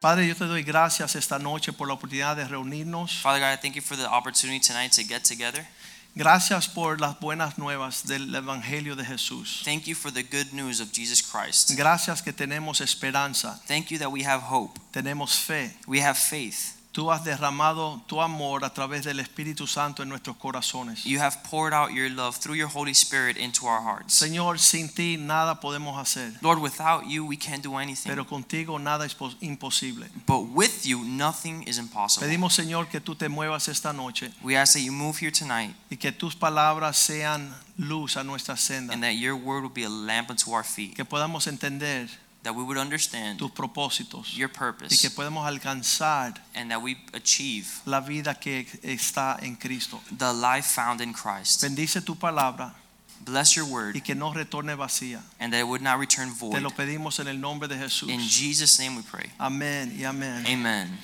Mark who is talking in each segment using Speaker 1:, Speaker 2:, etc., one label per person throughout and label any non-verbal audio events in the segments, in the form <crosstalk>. Speaker 1: Padre, yo te doy gracias esta noche por la oportunidad de reunirnos.
Speaker 2: Father God, I thank you for the opportunity tonight to get together.
Speaker 1: Gracias por las buenas nuevas del Evangelio de Jesús.
Speaker 2: Thank you for the good news of Jesus Christ.
Speaker 1: Gracias que tenemos esperanza,
Speaker 2: Thank you that we have hope.
Speaker 1: tenemos fe.
Speaker 2: We have faith.
Speaker 1: Tú has derramado tu amor a través del Espíritu Santo en nuestros corazones.
Speaker 2: You have poured out your love through your Holy Spirit into our hearts.
Speaker 1: Señor, sin ti nada podemos hacer,
Speaker 2: Lord, without you, we can't do anything.
Speaker 1: pero contigo nada es pos- imposible.
Speaker 2: but with you, nothing is impossible.
Speaker 1: Pedimos, Señor, que tú te muevas esta noche
Speaker 2: we ask that you move here tonight
Speaker 1: y que tus palabras sean luz a nuestra senda,
Speaker 2: and that your word will be a lamp unto our feet,
Speaker 1: que podamos entender
Speaker 2: that we would understand
Speaker 1: tus propósitos
Speaker 2: your
Speaker 1: y
Speaker 2: purpose
Speaker 1: que podamos alcanzar
Speaker 2: and that we achieve
Speaker 1: la vida que está en Cristo.
Speaker 2: the life found in Christ.
Speaker 1: Bendice tu palabra
Speaker 2: Bless your word
Speaker 1: y que no retorne vacía.
Speaker 2: and that it would not return
Speaker 1: Te
Speaker 2: void.
Speaker 1: lo pedimos en el nombre de
Speaker 2: In
Speaker 1: Jesús.
Speaker 2: Jesus' name we pray.
Speaker 1: Amén y amén.
Speaker 2: Amen.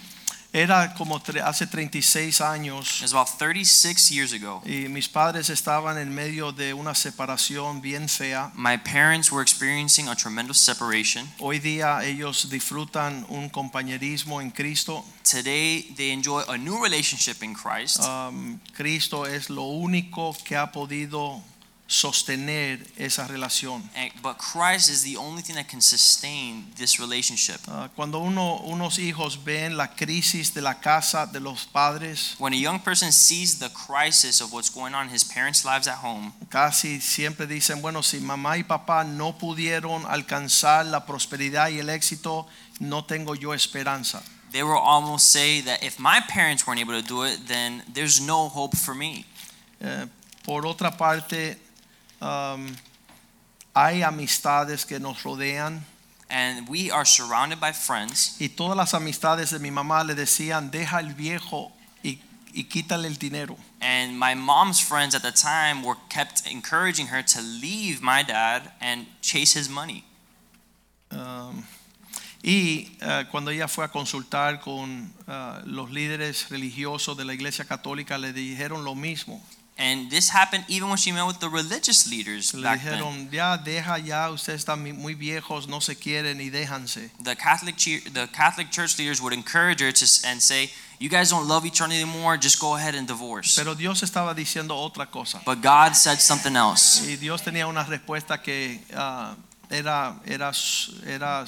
Speaker 1: Era como tre- hace 36 años
Speaker 2: It was about 36 years ago.
Speaker 1: y mis padres estaban en medio de una separación bien fea.
Speaker 2: My parents were experiencing a tremendous separation.
Speaker 1: Hoy día ellos disfrutan un compañerismo en Cristo.
Speaker 2: Today, they enjoy a new relationship in Christ.
Speaker 1: Um, Cristo es lo único que ha podido sostener esa relación.
Speaker 2: and- but Christ is the only thing that can sustain this relationship.
Speaker 1: Ah, cuando uno, unos hijos ven la crisis de la casa de los padres,
Speaker 2: When a young person sees the crisis of what's going on in his parents' lives at home,
Speaker 1: casi siempre dicen, bueno, si mamá y papá no pudieron alcanzar la prosperidad y el éxito, no tengo yo esperanza.
Speaker 2: they will almost say that if my parents weren't able to do it, then there's no hope for me.
Speaker 1: Eh, por otra parte, um, hay amistades que nos rodean
Speaker 2: And we are surrounded by friends,
Speaker 1: y todas las amistades de mi mamá le decían, deja el viejo y, y quítale el dinero.
Speaker 2: and my mom's friends at the time were kept encouraging her to leave my dad and chase his money.
Speaker 1: Um, y eh, cuando ella fue a consultar con ah, los líderes religiosos de la Iglesia Católica, le dijeron lo mismo.
Speaker 2: And this happened even when she met with the religious leaders
Speaker 1: Le
Speaker 2: back then.
Speaker 1: dijeron, ya, deja ya, ustedes están mi- muy viejos, no se quieren y déjanse.
Speaker 2: The Catholic, che- the Catholic church leaders would encourage her to, s- and say, You guys don't love each other anymore, just go ahead and divorce.
Speaker 1: Pero Dios estaba diciendo otra cosa.
Speaker 2: But God said something else.
Speaker 1: Y Dios tenía una respuesta que ah, era, era, s- era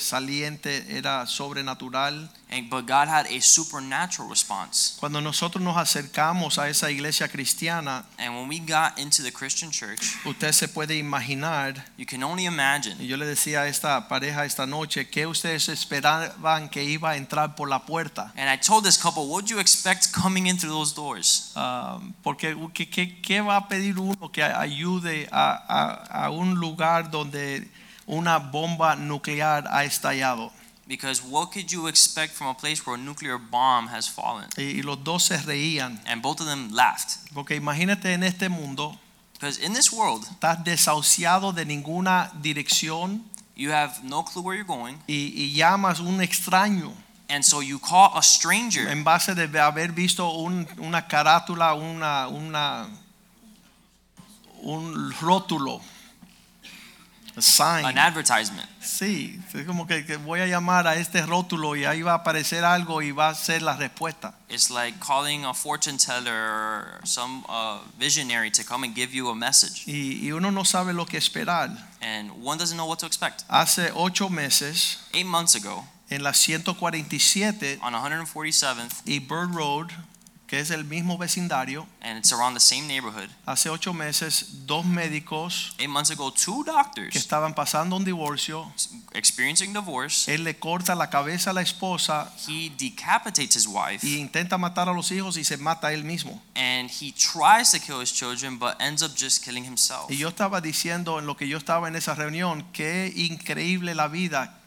Speaker 1: sobresaliente, era sobrenatural.
Speaker 2: And, but God had a supernatural response.
Speaker 1: Cuando nosotros nos acercamos a esa iglesia cristiana,
Speaker 2: And when we got into the Christian church,
Speaker 1: usted se puede imaginar
Speaker 2: you can only imagine.
Speaker 1: Y yo le decía a esta pareja esta noche que ustedes esperaban que iba a entrar por la puerta.
Speaker 2: And I told this couple, What would you expect coming in through those doors?
Speaker 1: Ah, porque ¿qué, qué, qué va a pedir uno que ayude a, a- a un lugar donde una bomba nuclear ha estallado?
Speaker 2: Because what could you expect from a place where a nuclear bomb has fallen?
Speaker 1: Y, y los dos se reían.
Speaker 2: And both of them laughed.
Speaker 1: Porque imagínate en este mundo,
Speaker 2: Because in this world,
Speaker 1: estás desahuciado de ninguna dirección
Speaker 2: you have no clue where you're going.
Speaker 1: y, y llamas a un extraño
Speaker 2: And so you call a stranger
Speaker 1: en base de haber visto un- una carátula, una, una, un rótulo, a
Speaker 2: an
Speaker 1: sign.
Speaker 2: advertisement.
Speaker 1: Sí, es como que, que voy a llamar a este rótulo y ahí va a aparecer algo y va a ser la respuesta.
Speaker 2: It's like calling a fortune teller or some uh, visionary to come and give you a message.
Speaker 1: Y, y uno no sabe lo que esperar.
Speaker 2: And one doesn't know what to expect.
Speaker 1: Hace ocho meses,
Speaker 2: Eight months ago,
Speaker 1: en la 147
Speaker 2: on 147th,
Speaker 1: y Bird Road, que es el mismo vecindario,
Speaker 2: and it's around the same neighborhood,
Speaker 1: hace ocho meses, dos médicos
Speaker 2: eight months ago, two
Speaker 1: que
Speaker 2: doctors
Speaker 1: estaban pasando un divorcio
Speaker 2: experiencing divorce,
Speaker 1: Él le corta la cabeza a la esposa
Speaker 2: he decapitates his wife
Speaker 1: y intenta matar a los hijos y se mata él mismo.
Speaker 2: and he tries to kill his children but ends up just killing himself.
Speaker 1: Y yo estaba diciendo en lo que yo estaba en esa reunión, qué increíble la vida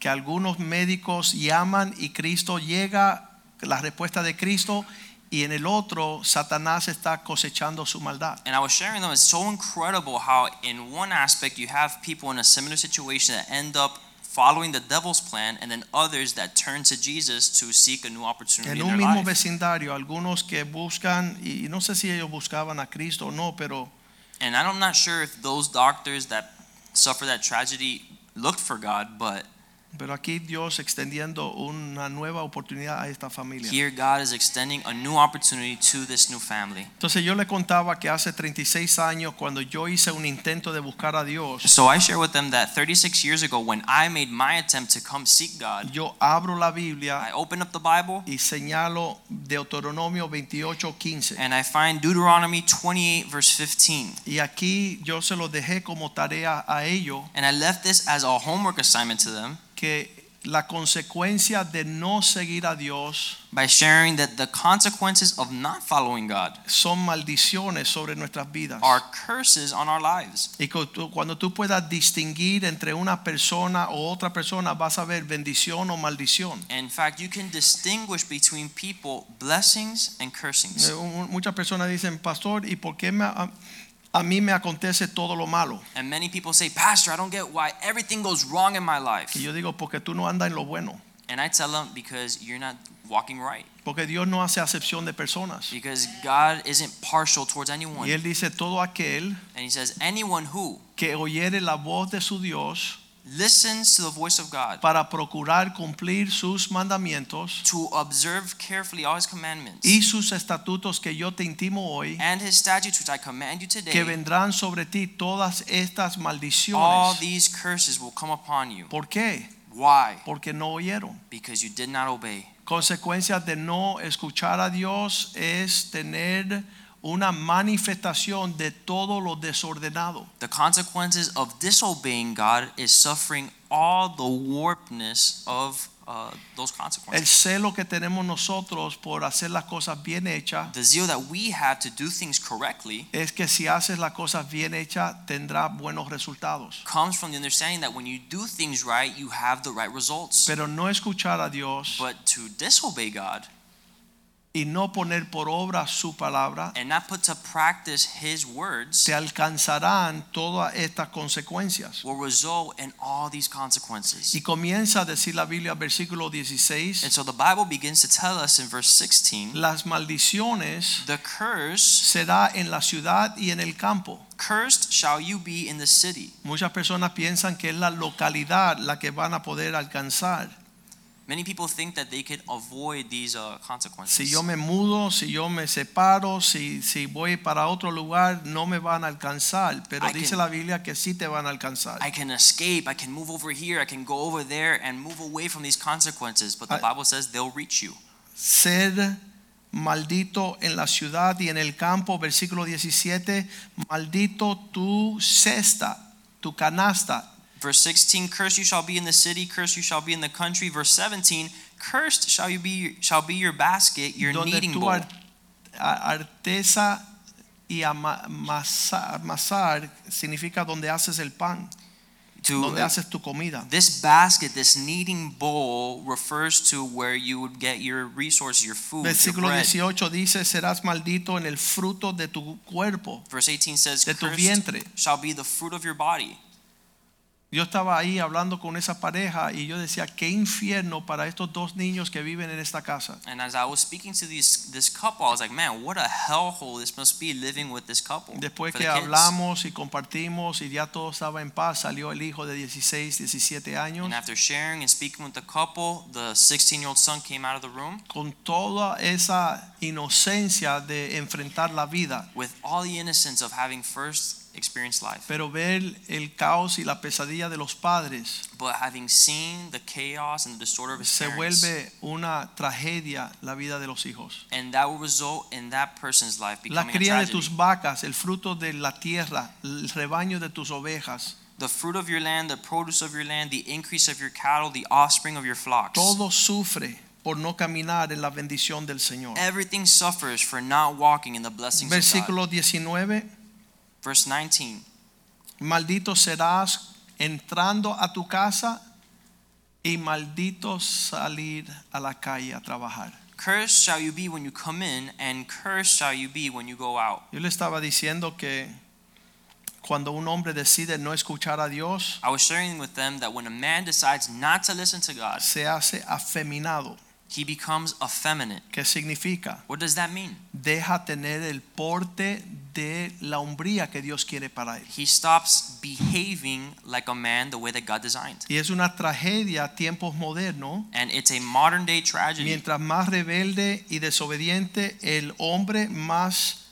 Speaker 1: que algunos médicos llaman y Cristo llega, la respuesta de Cristo y en el otro Satanás está cosechando su maldad.
Speaker 2: And I was sharing them. It's so incredible how, in one aspect, you have people in a similar situation that end up following the devil's plan, and then others that turn to Jesus to seek a new opportunity
Speaker 1: En
Speaker 2: in
Speaker 1: un
Speaker 2: their
Speaker 1: mismo
Speaker 2: life.
Speaker 1: vecindario, algunos que buscan, y y no sé si ellos buscaban a Cristo o no, pero
Speaker 2: And I'm not sure if those doctors that suffer that tragedy looked for God, but
Speaker 1: Pero aquí Dios extendiendo una nueva oportunidad a esta familia.
Speaker 2: here God is extending a new opportunity to this new family.
Speaker 1: Entonces yo le contaba que hace 36 años cuando yo hice un intento de buscar a Dios,
Speaker 2: So I share with them that 36 years ago, when I made my attempt to come seek God,
Speaker 1: yo abro la
Speaker 2: I
Speaker 1: Biblia
Speaker 2: opened up the Bible
Speaker 1: y señalo Deuteronomio 28, 15.
Speaker 2: and I find Deuteronomy 28, verse 15.
Speaker 1: Y aquí yo se lo dejé como tarea a ellos
Speaker 2: And I left this as a homework assignment to them
Speaker 1: que la consecuencia de no seguir a Dios
Speaker 2: by sharing that the consequences of not following God
Speaker 1: son maldiciones sobre nuestras vidas.
Speaker 2: are curses on our lives.
Speaker 1: Y cu- tú- cuando tú puedas distinguir entre una persona o otra persona, vas a ver bendición o maldición.
Speaker 2: In fact, you can distinguish between people blessings and cursings.
Speaker 1: Eh, mu- Muchas personas dicen, pastor, ¿y por qué me- a, a mí me acontece todo lo malo?
Speaker 2: And many people say, Pastor, I don't get why everything goes wrong in my life.
Speaker 1: Y yo digo, porque tú no andas en lo bueno,
Speaker 2: And I tell them, because you're not walking right.
Speaker 1: porque Dios no hace acepción de personas.
Speaker 2: Because God isn't partial towards anyone.
Speaker 1: Y Él dice, todo aquel
Speaker 2: And He says, anyone who
Speaker 1: que oyere la voz de su Dios
Speaker 2: listens to the voice of God
Speaker 1: para procurar cumplir sus mandamientos
Speaker 2: to observe carefully all His commandments
Speaker 1: y sus estatutos que yo te intimo hoy,
Speaker 2: and His statutes, which I command you
Speaker 1: que
Speaker 2: today,
Speaker 1: vendrán sobre ti todas estas
Speaker 2: all
Speaker 1: maldiciones.
Speaker 2: these curses will come upon you.
Speaker 1: ¿Por qué?
Speaker 2: Why?
Speaker 1: Porque no oyeron.
Speaker 2: Because you did not obey.
Speaker 1: Consecuencias de no escuchar a Dios es tener una manifestación de todo lo desordenado.
Speaker 2: The consequences of disobeying God is suffering all the warpedness of uh, those
Speaker 1: El
Speaker 2: consequences.
Speaker 1: celo que tenemos nosotros por hacer las cosas bien hechas
Speaker 2: The zeal that we have to do things correctly
Speaker 1: es que si haces las cosas bien hechas tendrás buenos resultados.
Speaker 2: comes from the understanding that when you do things right, you have the right results.
Speaker 1: Pero no escuchar a Dios
Speaker 2: But to disobey God
Speaker 1: y no poner por obra su palabra,
Speaker 2: and not put to practice His words
Speaker 1: te alcanzarán todas estas consecuencias.
Speaker 2: will result in all these
Speaker 1: Y
Speaker 2: consequences.
Speaker 1: comienza a decir la Biblia, versículo
Speaker 2: And
Speaker 1: 16,
Speaker 2: so the Bible begins to tell us in verse 16
Speaker 1: las maldiciones
Speaker 2: the curse,
Speaker 1: será en la ciudad y en el campo.
Speaker 2: cursed shall you be in the city.
Speaker 1: Muchas personas piensan que es la localidad la que van a poder alcanzar.
Speaker 2: Many people think that they can avoid these uh,
Speaker 1: Si
Speaker 2: consequences.
Speaker 1: yo me mudo, si yo me separo, si, si voy para otro lugar, no me van a alcanzar. Pero
Speaker 2: I
Speaker 1: dice
Speaker 2: can-
Speaker 1: la Biblia que sí te van a alcanzar.
Speaker 2: I can escape, I can move over here, I can go over there and move away from these consequences. But the
Speaker 1: I-
Speaker 2: Bible says they'll reach you.
Speaker 1: Ser maldito en la ciudad y en el campo, versículo 17, maldito tu cesta, tu canasta.
Speaker 2: Verse 16, cursed you shall be in the city, cursed you shall be in the country. Verse 17, cursed shall you be shall be your basket, your
Speaker 1: donde
Speaker 2: kneading
Speaker 1: tu
Speaker 2: bowl.
Speaker 1: ar- a- arteza y ama- amasa- amasar significa donde haces el pan,
Speaker 2: To,
Speaker 1: donde haces tu comida.
Speaker 2: this basket, this kneading bowl refers to where you would get your resources, your food, your
Speaker 1: Versículo
Speaker 2: bread.
Speaker 1: 18 dice, serás maldito en el fruto de tu cuerpo.
Speaker 2: Verse 18 says,
Speaker 1: De tu
Speaker 2: cursed
Speaker 1: vientre.
Speaker 2: shall be the fruit of your body.
Speaker 1: Yo estaba ahí hablando con esa pareja y yo decía, qué infierno para estos dos niños que viven en esta casa.
Speaker 2: And as I was speaking to these, this couple, I was like, man, what a hellhole this must be living with this couple.
Speaker 1: Después
Speaker 2: for the
Speaker 1: que
Speaker 2: kids."
Speaker 1: hablamos y compartimos y ya todo estaba en paz, salió el hijo de 16, 17 años
Speaker 2: And after sharing and speaking with the couple, the 16 year old son came out of the room.
Speaker 1: con toda esa inocencia de enfrentar la vida.
Speaker 2: with all the innocence of having first experienced life,
Speaker 1: pero ver el caos y la pesadilla de los padres
Speaker 2: but having seen the chaos and the disorder of his
Speaker 1: se
Speaker 2: parents,
Speaker 1: vuelve una tragedia la vida de los hijos.
Speaker 2: and that will result in that person's life
Speaker 1: La
Speaker 2: becoming a
Speaker 1: cría de
Speaker 2: tragedy.
Speaker 1: tus vacas, el fruto de la tierra, el rebaño de tus ovejas,
Speaker 2: The fruit of your land, the produce of your land, the increase of your cattle, the offspring of your flocks.
Speaker 1: todo sufre por no caminar en la bendición del Señor.
Speaker 2: Everything suffers for not walking in the blessings of God.
Speaker 1: Versículo 19,
Speaker 2: Verse 19.
Speaker 1: maldito serás entrando a tu casa y maldito salir a la calle a trabajar.
Speaker 2: Cursed shall you be when you come in, and cursed shall you be when you go out.
Speaker 1: Yo le estaba diciendo que cuando un hombre decide no escuchar a Dios,
Speaker 2: I was sharing with them that when a man decides not to listen to God,
Speaker 1: se hace afeminado.
Speaker 2: he becomes effeminate.
Speaker 1: ¿Qué significa?
Speaker 2: What does that mean?
Speaker 1: Deja tener el porte de la hombría que Dios quiere para él.
Speaker 2: He stops behaving like a man the way that God designed.
Speaker 1: Y es una tragedia a tiempos modernos.
Speaker 2: And it's a modern day tragedy.
Speaker 1: Mientras más rebelde y desobediente el hombre, más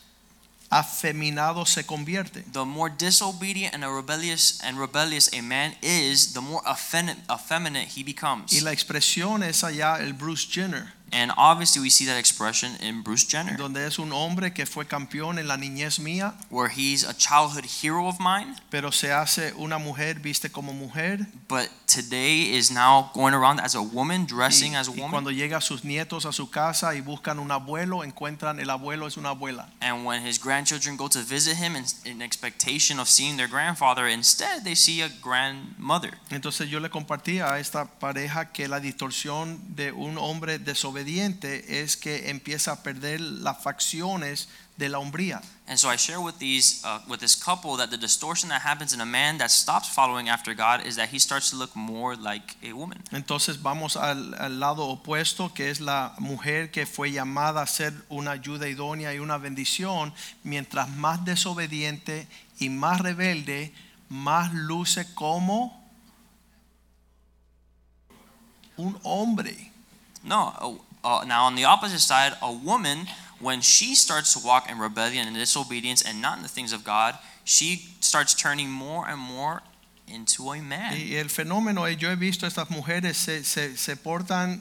Speaker 1: afeminado se convierte.
Speaker 2: The more disobedient and a rebellious and rebellious a man is, the more effeminate, effeminate he
Speaker 1: Y
Speaker 2: becomes.
Speaker 1: la expresión es allá el Bruce Jenner,
Speaker 2: And obviously, we see that expression in Bruce Jenner,
Speaker 1: donde es un hombre que fue campeón en la niñez mía,
Speaker 2: where he's a childhood hero of mine,
Speaker 1: pero se hace una mujer, viste como mujer.
Speaker 2: but today is now going around as a woman,
Speaker 1: Y,
Speaker 2: dressing as a
Speaker 1: y
Speaker 2: woman.
Speaker 1: cuando llega sus nietos a su casa y buscan un abuelo, encuentran el abuelo es una abuela.
Speaker 2: And when his grandchildren go to visit him in, in expectation of seeing their grandfather, instead they see a grandmother.
Speaker 1: Entonces yo le compartí a esta pareja que la distorsión de un hombre desobediente es que empieza a perder las facciones de la hombría.
Speaker 2: And so I share with these uh, with this couple that the distortion that happens in a man that stops following after God is that he starts to look more like a woman.
Speaker 1: Entonces vamos al, al lado opuesto, que es la mujer que fue llamada a ser una ayuda idónea y una bendición. Mientras más desobediente y más rebelde, más luce como un hombre.
Speaker 2: No. Uh, uh, now on the opposite side, a woman when she starts to walk in rebellion and disobedience and not in the things of God, she starts turning more and more into a man.
Speaker 1: Y el fenómeno es, yo he visto estas mujeres se, se, se portan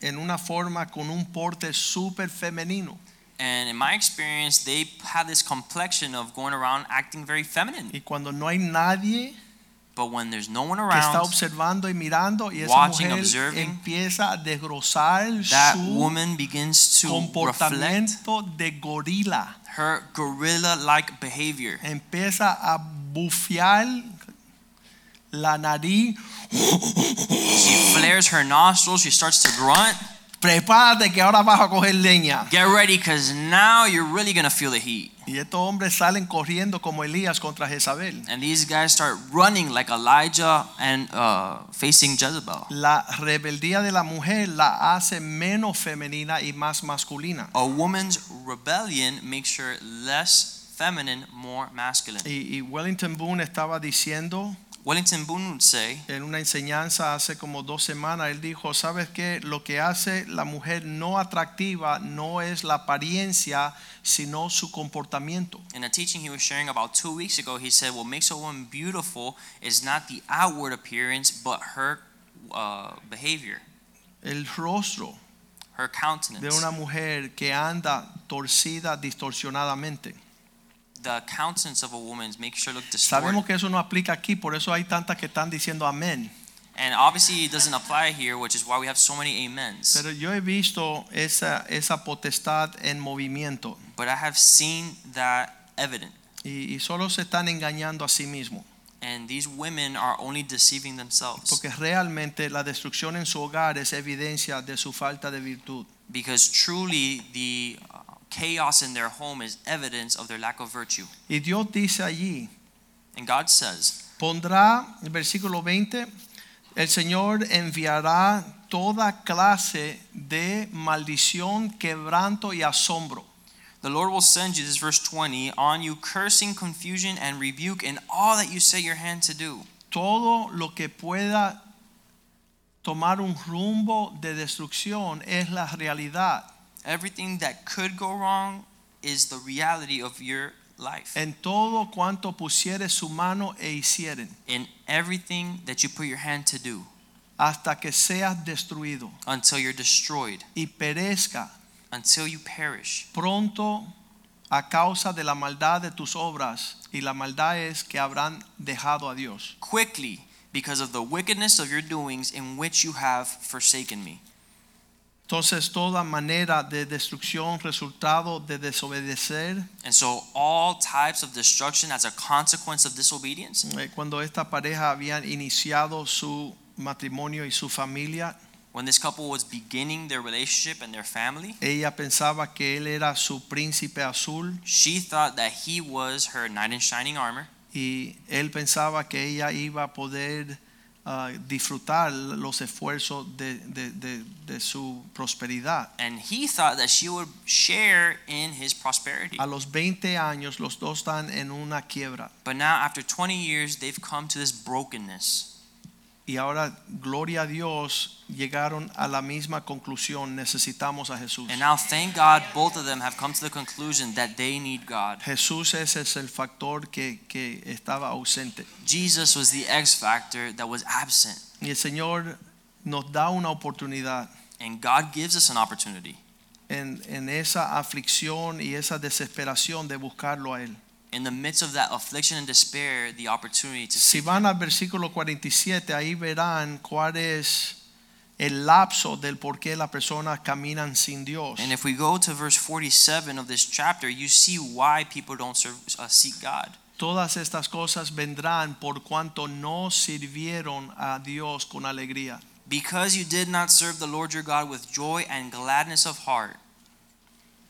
Speaker 1: en una forma con un porte súper femenino.
Speaker 2: And in my experience, they have this complexion of going around acting very feminine.
Speaker 1: Y cuando no hay nadie
Speaker 2: But when there's no one
Speaker 1: que está
Speaker 2: around,
Speaker 1: observando y mirando y esa
Speaker 2: watching,
Speaker 1: mujer
Speaker 2: observing,
Speaker 1: empieza a desgrosar
Speaker 2: that
Speaker 1: su
Speaker 2: woman begins to reflect
Speaker 1: comportamiento de gorila.
Speaker 2: her gorilla-like behavior.
Speaker 1: Empieza a bufear la nariz. <laughs>
Speaker 2: She flares her nostrils. She starts to grunt.
Speaker 1: Prepárate que ahora vas a coger leña.
Speaker 2: Get ready, cause now you're really gonna feel the heat.
Speaker 1: Y estos hombres salen corriendo como Elías contra Jezabel.
Speaker 2: And these guys start running like Elijah and uh, facing Jezebel.
Speaker 1: La rebeldía de la mujer la hace menos femenina y más masculina.
Speaker 2: A woman's rebellion makes her less feminine, more masculine.
Speaker 1: Y, y Wellington Boone estaba diciendo
Speaker 2: Wellington Boone would say,
Speaker 1: en una enseñanza hace como dos semanas, él dijo, ¿sabes qué? Lo que hace la mujer no atractiva no es la apariencia, sino su comportamiento.
Speaker 2: in a teaching he was sharing about two weeks ago, he said, What makes a woman beautiful is not the outward appearance, but her uh, behavior,
Speaker 1: El rostro
Speaker 2: her
Speaker 1: de
Speaker 2: countenance.
Speaker 1: una mujer que anda torcida, distorsionadamente.
Speaker 2: The countenance of a woman makes her look distorted.
Speaker 1: Sabemos que eso no aplica aquí, por eso hay tantas que están diciendo amén.
Speaker 2: And obviously, it doesn't apply here, which is why we have so many amens.
Speaker 1: Pero yo he visto esa, esa potestad en movimiento
Speaker 2: But I have seen that evident.
Speaker 1: y, y solo se están engañando a sí mismos.
Speaker 2: And these women are only deceiving themselves.
Speaker 1: Porque realmente la destrucción en su hogar es evidencia de su falta de virtud.
Speaker 2: Because truly, the uh, chaos in their home is evidence of their lack of virtue.
Speaker 1: Y Dios dice allí,
Speaker 2: And God says,
Speaker 1: pondrá, el versículo 20, el Señor enviará toda clase de maldición, quebranto y asombro.
Speaker 2: The Lord will send you, this is verse 20, on you cursing, confusion, and rebuke in all that you set your hand to do.
Speaker 1: Todo lo que pueda tomar un rumbo de destrucción es la realidad.
Speaker 2: Everything that could go wrong is the reality of your life.
Speaker 1: En todo cuanto pusiere su mano e hicieren,
Speaker 2: In everything that you put your hand to do
Speaker 1: hasta que seas destruido
Speaker 2: until you're destroyed,
Speaker 1: y perezca
Speaker 2: until you perish.
Speaker 1: pronto a causa de la maldad de tus obras y la maldad es que habrán dejado a Dios.
Speaker 2: Quickly, because of the wickedness of your doings in which you have forsaken me.
Speaker 1: Entonces toda manera de destrucción resultado de desobedecer,
Speaker 2: And so, all types of destruction as a consequence of disobedience.
Speaker 1: eh, cuando esta pareja había iniciado su matrimonio y su familia,
Speaker 2: When this couple was beginning their relationship and their family,
Speaker 1: Ella pensaba que él era su príncipe azul
Speaker 2: she thought that he was her knight in shining armor,
Speaker 1: y él pensaba que ella iba a poder ah, disfrutar los esfuerzos de, de- de- de su prosperidad.
Speaker 2: and he thought that she would share in his prosperity.
Speaker 1: A los 20 años los dos están en una quiebra
Speaker 2: But now, after 20 years, they've come to this brokenness.
Speaker 1: y ahora, gloria a Dios, llegaron a la misma conclusión, necesitamos a Jesús.
Speaker 2: And now, thank God, both of them have come to the conclusion that they need God.
Speaker 1: Jesús ese es el factor que, que estaba ausente.
Speaker 2: Jesus was the X factor that was absent.
Speaker 1: Y el Señor nos da una oportunidad
Speaker 2: And God gives us an opportunity
Speaker 1: en, en esa aflicción y esa desesperación de buscarlo a Él.
Speaker 2: in the midst of that affliction and despair, the opportunity to
Speaker 1: Si
Speaker 2: see.
Speaker 1: van al versículo 47, ahí verán cuál es el lapso del por qué las personas caminan sin Dios.
Speaker 2: And if we go to verse 47 of this chapter, you see why people don't serve, uh, seek God.
Speaker 1: Todas estas cosas vendrán por cuanto no sirvieron a Dios con alegría.
Speaker 2: Because you did not serve the Lord your God with joy and gladness of heart.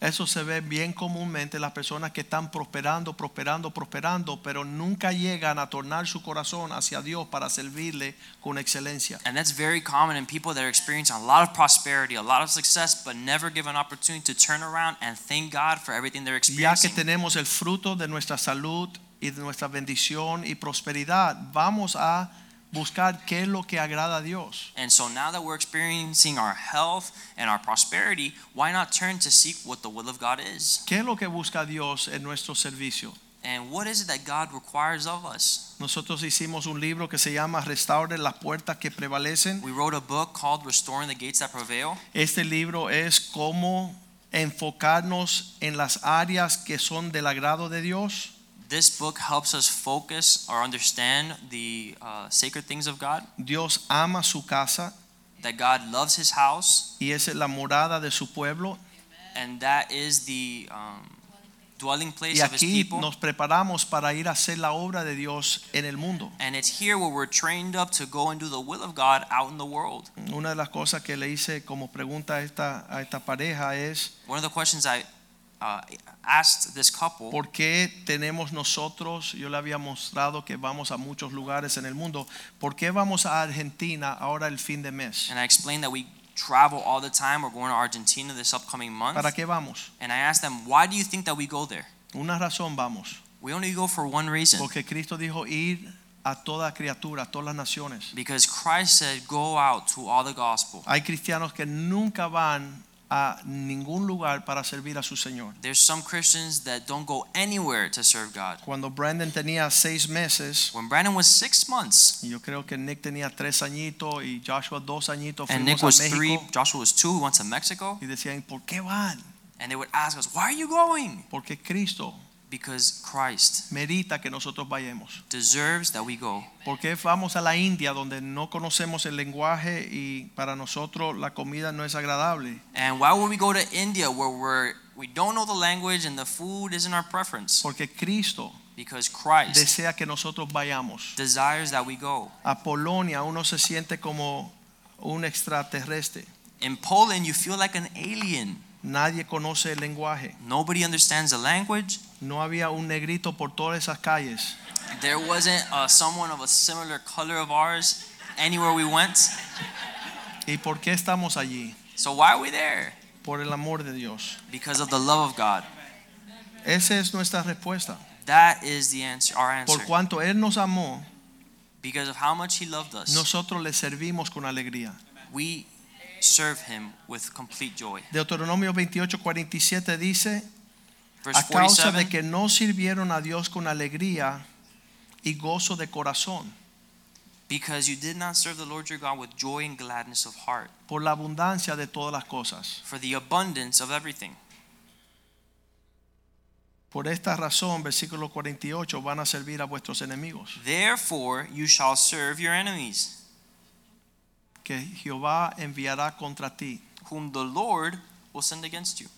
Speaker 1: Eso se ve bien comúnmente en las personas que están prosperando, prosperando, prosperando, pero nunca llegan a tornar su corazón hacia Dios para servirle con excelencia.
Speaker 2: And that's very common in people that are experiencing a lot of prosperity, a lot of success, but never give an opportunity to turn around and thank God for everything they're
Speaker 1: Ya que
Speaker 2: experiencing.
Speaker 1: tenemos el fruto de nuestra salud y de nuestra bendición y prosperidad, vamos a buscar qué es lo que agrada a Dios.
Speaker 2: And so now that we're experiencing our health and our prosperity, why not turn to seek what the will of God is?
Speaker 1: ¿Qué es lo que busca Dios en nuestro servicio?
Speaker 2: And what is it that God requires of us?
Speaker 1: Nosotros hicimos un libro que se llama Restaure las puertas que prevalecen.
Speaker 2: We wrote a book called Restoring the Gates That Prevail.
Speaker 1: Este libro es cómo enfocarnos en las áreas que son del agrado de Dios,
Speaker 2: This book helps us focus or understand the uh, sacred things of God,
Speaker 1: Dios ama su casa
Speaker 2: that God loves His house,
Speaker 1: y esa es la morada de su pueblo.
Speaker 2: and that is the um, dwelling place
Speaker 1: Y
Speaker 2: of His
Speaker 1: aquí
Speaker 2: people.
Speaker 1: nos preparamos para ir a hacer la obra de Dios en el mundo.
Speaker 2: And it's here where we're trained up to go and do the will of God out in the world.
Speaker 1: Una de las cosas que le hice como pregunta a esta, a esta pareja es,
Speaker 2: One of the questions I uh, asked this couple
Speaker 1: ¿por qué tenemos nosotros, yo le había mostrado que vamos a muchos lugares en el mundo, ¿por qué vamos a Argentina ahora el fin de mes?
Speaker 2: And I explained that we travel all the time. We're going to Argentina this upcoming month.
Speaker 1: ¿Para qué vamos?
Speaker 2: And I asked them, why do you think that we go there?
Speaker 1: Una razón vamos,
Speaker 2: We only go for one reason.
Speaker 1: porque Cristo dijo ir a toda criatura, a todas las naciones.
Speaker 2: Because Christ said, go out to all the gospel.
Speaker 1: Hay cristianos que nunca van a ningún lugar para servir a su Señor.
Speaker 2: There's some Christians that don't go anywhere to serve God.
Speaker 1: Cuando Brandon tenía seis meses,
Speaker 2: When Brandon was six months
Speaker 1: y yo creo que Nick tenía tres añitos y Joshua dos añitos,
Speaker 2: and
Speaker 1: fuimos
Speaker 2: Nick
Speaker 1: a
Speaker 2: was
Speaker 1: México.
Speaker 2: three, Joshua was two, we went to Mexico,
Speaker 1: Y decían, ¿por qué van?
Speaker 2: and they would ask us, why are you going?
Speaker 1: Porque Cristo
Speaker 2: Because Christ
Speaker 1: merita que nosotros vayamos.
Speaker 2: deserves that we go.
Speaker 1: ¿Por qué vamos a la India donde no conocemos el lenguaje y para nosotros la comida no es agradable?
Speaker 2: And why would we go to India where we're, we don't know the language and the food isn't our preference?
Speaker 1: Porque Cristo
Speaker 2: Because Christ
Speaker 1: desea que nosotros vayamos.
Speaker 2: desires that we go.
Speaker 1: A Polonia uno se siente como un extraterrestre.
Speaker 2: In Poland, you feel like an alien.
Speaker 1: Nadie conoce el lenguaje.
Speaker 2: Nobody understands the language.
Speaker 1: No había un negrito por todas esas calles.
Speaker 2: There wasn't uh, someone of a similar color of ours anywhere we went.
Speaker 1: ¿Y por qué estamos allí?
Speaker 2: So why are we there?
Speaker 1: Por el amor de Dios.
Speaker 2: Because of the love of God.
Speaker 1: Esa es nuestra respuesta.
Speaker 2: That is the answer, our
Speaker 1: Por
Speaker 2: answer.
Speaker 1: cuanto Él nos amó,
Speaker 2: Because of how much He loved us,
Speaker 1: Nosotros le servimos con alegría.
Speaker 2: we serve Him with complete joy.
Speaker 1: Deuteronomio 28, 47 dice,
Speaker 2: Verse
Speaker 1: a causa de
Speaker 2: 47.
Speaker 1: que no sirvieron a Dios con alegría y gozo de corazón,
Speaker 2: Because you did not serve the Lord your God with joy and gladness of heart,
Speaker 1: por la abundancia de todas las cosas.
Speaker 2: for the abundance of everything.
Speaker 1: Por esta razón, versículo 48, van a servir a vuestros enemigos.
Speaker 2: Therefore, you shall serve your enemies,
Speaker 1: Que Jehová enviará contra ti
Speaker 2: whom the Lord will send against you,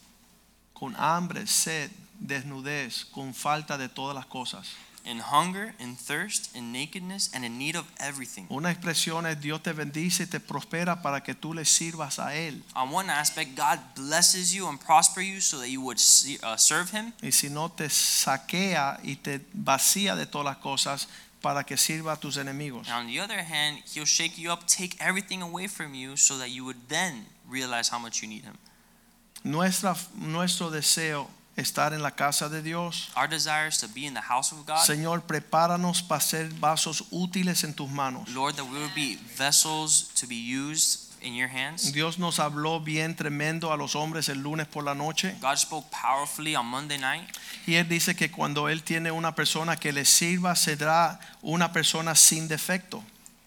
Speaker 1: con hambre, sed, desnudez, con falta de todas las cosas.
Speaker 2: in hunger, in thirst, in nakedness, and in need of everything.
Speaker 1: Una expresión es Dios te bendice y te prospera para que tú le sirvas a Él.
Speaker 2: On one aspect, God blesses you and prosper you so that you would see, uh, serve Him.
Speaker 1: Y si no te saquea y te vacía de todas las cosas para que sirva a tus enemigos.
Speaker 2: And on the other hand, He'll shake you up, take everything away from you so that you would then realize how much you need Him.
Speaker 1: Nuestra, nuestro deseo estar en la casa de Dios.
Speaker 2: Our desire is to be in the house of God.
Speaker 1: Señor, prepáranos para ser vasos útiles en tus manos.
Speaker 2: Lord, that we would be vessels to be used in your hands.
Speaker 1: Dios nos habló bien tremendo a los hombres el lunes por la noche
Speaker 2: God spoke powerfully on Monday night.
Speaker 1: y él dice que cuando él tiene una persona que le sirva será una persona sin defecto.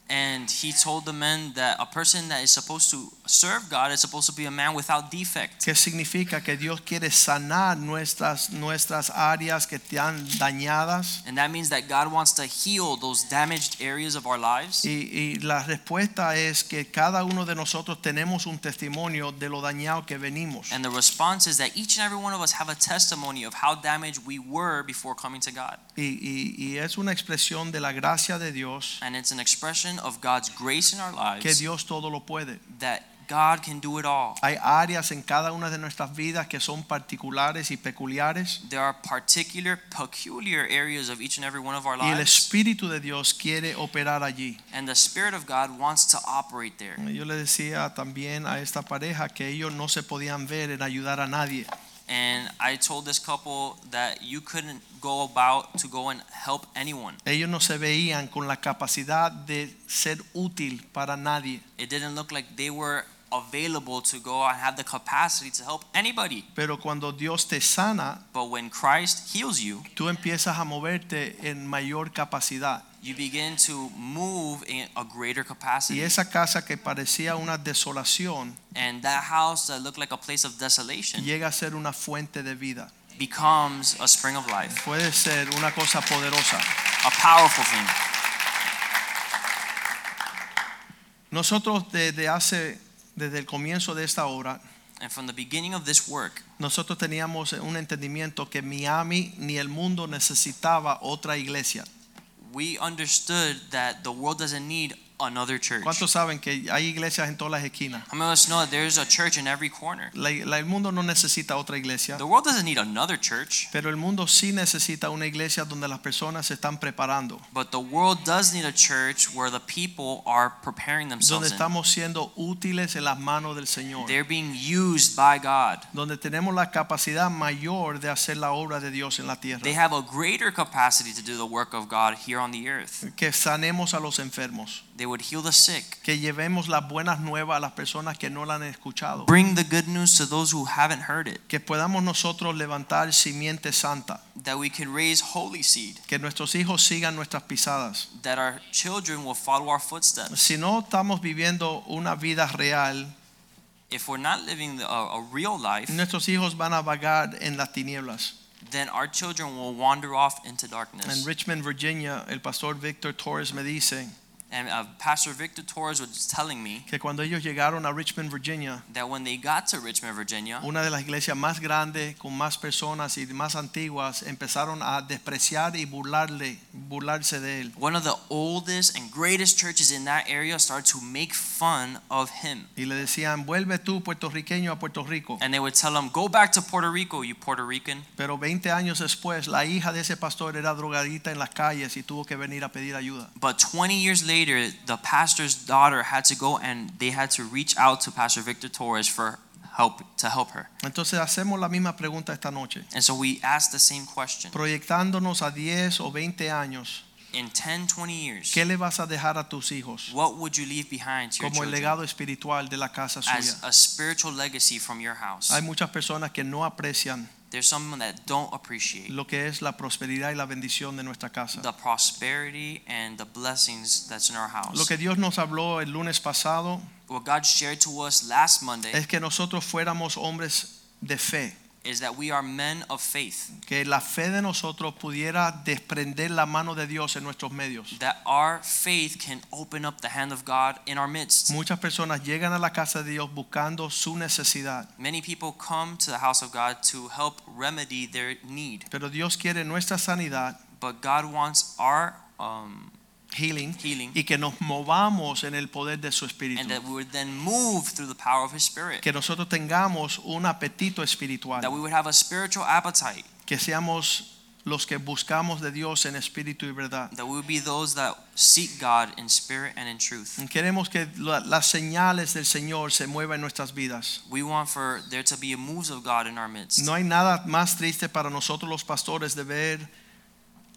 Speaker 2: And he told the men that a person that is supposed to serve God is supposed to be a man without defect.
Speaker 1: ¿Qué significa? Que Dios quiere sanar nuestras, nuestras áreas que están dañadas.
Speaker 2: And that means that God wants to heal those damaged areas of our lives.
Speaker 1: Y, y la respuesta es que cada uno de nosotros tenemos un testimonio de lo dañado que venimos.
Speaker 2: And the response is that each and every one of us have a testimony of how damaged we were before coming to God.
Speaker 1: Y, y- y es una expresión de la gracia de Dios
Speaker 2: And it's an expression of God's grace in our
Speaker 1: que
Speaker 2: lives
Speaker 1: Dios todo lo puede.
Speaker 2: that God can do it all.
Speaker 1: Hay áreas en cada una de nuestras vidas que son particulares y peculiares.
Speaker 2: There are particular, peculiar areas of each and every one of our
Speaker 1: Y el
Speaker 2: lives.
Speaker 1: Espíritu de Dios quiere operar allí.
Speaker 2: And the Spirit of God wants to operate there.
Speaker 1: Yo le decía también a esta pareja que ellos no se podían ver en ayudar a nadie.
Speaker 2: And I told this couple that you couldn't go about to go and help anyone.
Speaker 1: Ellos no se veían con la capacidad de ser útil para nadie.
Speaker 2: It didn't look like they were available to go and have the capacity to help anybody.
Speaker 1: Pero cuando Dios te sana,
Speaker 2: But when Christ heals you,
Speaker 1: tú empiezas a moverte en mayor capacidad.
Speaker 2: you begin to move in a greater capacity.
Speaker 1: Y esa casa que parecía una desolación
Speaker 2: And that house that looked like a place of desolation
Speaker 1: llega a ser una fuente de vida.
Speaker 2: becomes a spring of life,
Speaker 1: Puede ser una cosa poderosa.
Speaker 2: a powerful thing.
Speaker 1: Nosotros desde hace desde el comienzo de esta obra,
Speaker 2: And from the beginning of this work,
Speaker 1: nosotros teníamos un entendimiento que Miami ni el mundo necesitaba otra iglesia.
Speaker 2: we understood that the world doesn't need another church.
Speaker 1: ¿Cuántos saben que hay iglesias en todas las esquinas?
Speaker 2: How many of us know that there's a church in every corner?
Speaker 1: La- la- el mundo no necesita otra iglesia,
Speaker 2: The world doesn't need another church,
Speaker 1: pero el mundo sí necesita una iglesia donde las personas se están preparando,
Speaker 2: but the world does need a church where the people are preparing
Speaker 1: donde
Speaker 2: themselves. In.
Speaker 1: estamos siendo útiles en las manos del Señor,
Speaker 2: They're being used by God.
Speaker 1: donde tenemos la capacidad mayor de hacer la obra de Dios en la
Speaker 2: They
Speaker 1: tierra,
Speaker 2: have a greater capacity to do the work of God here on the earth.
Speaker 1: que sanemos a los enfermos,
Speaker 2: They would heal the sick,
Speaker 1: que llevemos las buenas nuevas a las personas que no la han escuchado.
Speaker 2: bring the good news to those who haven't heard it,
Speaker 1: que podamos nosotros levantar simiente santa,
Speaker 2: that we can raise holy seed,
Speaker 1: que nuestros hijos sigan nuestras pisadas.
Speaker 2: that our children will follow our footsteps.
Speaker 1: Si no estamos viviendo una vida real,
Speaker 2: If we're not living the- a, a real life,
Speaker 1: nuestros hijos van a vagar en las tinieblas.
Speaker 2: then our children will wander off into
Speaker 1: En
Speaker 2: darkness.
Speaker 1: Richmond, Virginia, el pastor Victor Torres me dice
Speaker 2: And uh, Pastor Victor Torres was telling me
Speaker 1: que cuando ellos llegaron a Richmond, Virginia,
Speaker 2: that when they got to Richmond, Virginia,
Speaker 1: una de las iglesias más grandes, con más personas y más antiguas, empezaron a despreciar y burlarle, burlarse de él.
Speaker 2: one of the oldest and greatest churches in that area started to make fun of him.
Speaker 1: Y le decían, vuelve tú puertorriqueño a Puerto Rico.
Speaker 2: And they would tell him, Go back to Puerto Rico, you Puerto Rican.
Speaker 1: Pero 20 años después, la hija de ese pastor era drogadita en las calles y tuvo que venir a pedir ayuda.
Speaker 2: But 20 years later, the pastor's daughter had to go and they had to reach out to Pastor Victor Torres for help to help her.
Speaker 1: Entonces hacemos la misma pregunta esta noche.
Speaker 2: And so we asked the same question.
Speaker 1: Proyectándonos a 10 o 20 años,
Speaker 2: In 10, 20 years,
Speaker 1: ¿qué le vas a dejar a tus hijos
Speaker 2: what would you leave behind to your
Speaker 1: como el
Speaker 2: children?
Speaker 1: legado espiritual de la casa
Speaker 2: as
Speaker 1: suya?
Speaker 2: a spiritual legacy from your house.
Speaker 1: Hay muchas personas que no aprecian
Speaker 2: There's someone that don't appreciate
Speaker 1: lo que es la prosperidad y la bendición de nuestra casa.
Speaker 2: the prosperity and the blessings that's in our
Speaker 1: Lo
Speaker 2: house.
Speaker 1: que Dios nos habló el lunes pasado
Speaker 2: What God shared to us last Monday
Speaker 1: es que nosotros fuéramos hombres de fe,
Speaker 2: is that we are men of faith,
Speaker 1: que la fe de nosotros pudiera desprender la mano de Dios en nuestros medios.
Speaker 2: that our faith can open up the hand of God in our midst.
Speaker 1: Muchas personas llegan a la casa de Dios buscando su necesidad,
Speaker 2: Many people come to the house of God to help remedy their need,
Speaker 1: pero Dios quiere nuestra sanidad,
Speaker 2: but God wants our um,
Speaker 1: healing,
Speaker 2: Healing.
Speaker 1: y que nos movamos en el poder de su espíritu.
Speaker 2: and that we would then move through the power of His Spirit.
Speaker 1: Que nosotros tengamos un apetito espiritual,
Speaker 2: That we would have a spiritual appetite.
Speaker 1: que seamos los que buscamos de Dios en espíritu y verdad.
Speaker 2: That we would be those that seek God in spirit and in truth.
Speaker 1: Queremos que la- las señales del Señor se muevan en nuestras vidas.
Speaker 2: We want for there to be moves of God in our midst.
Speaker 1: Mm. No hay nada más triste para nosotros los pastores de ver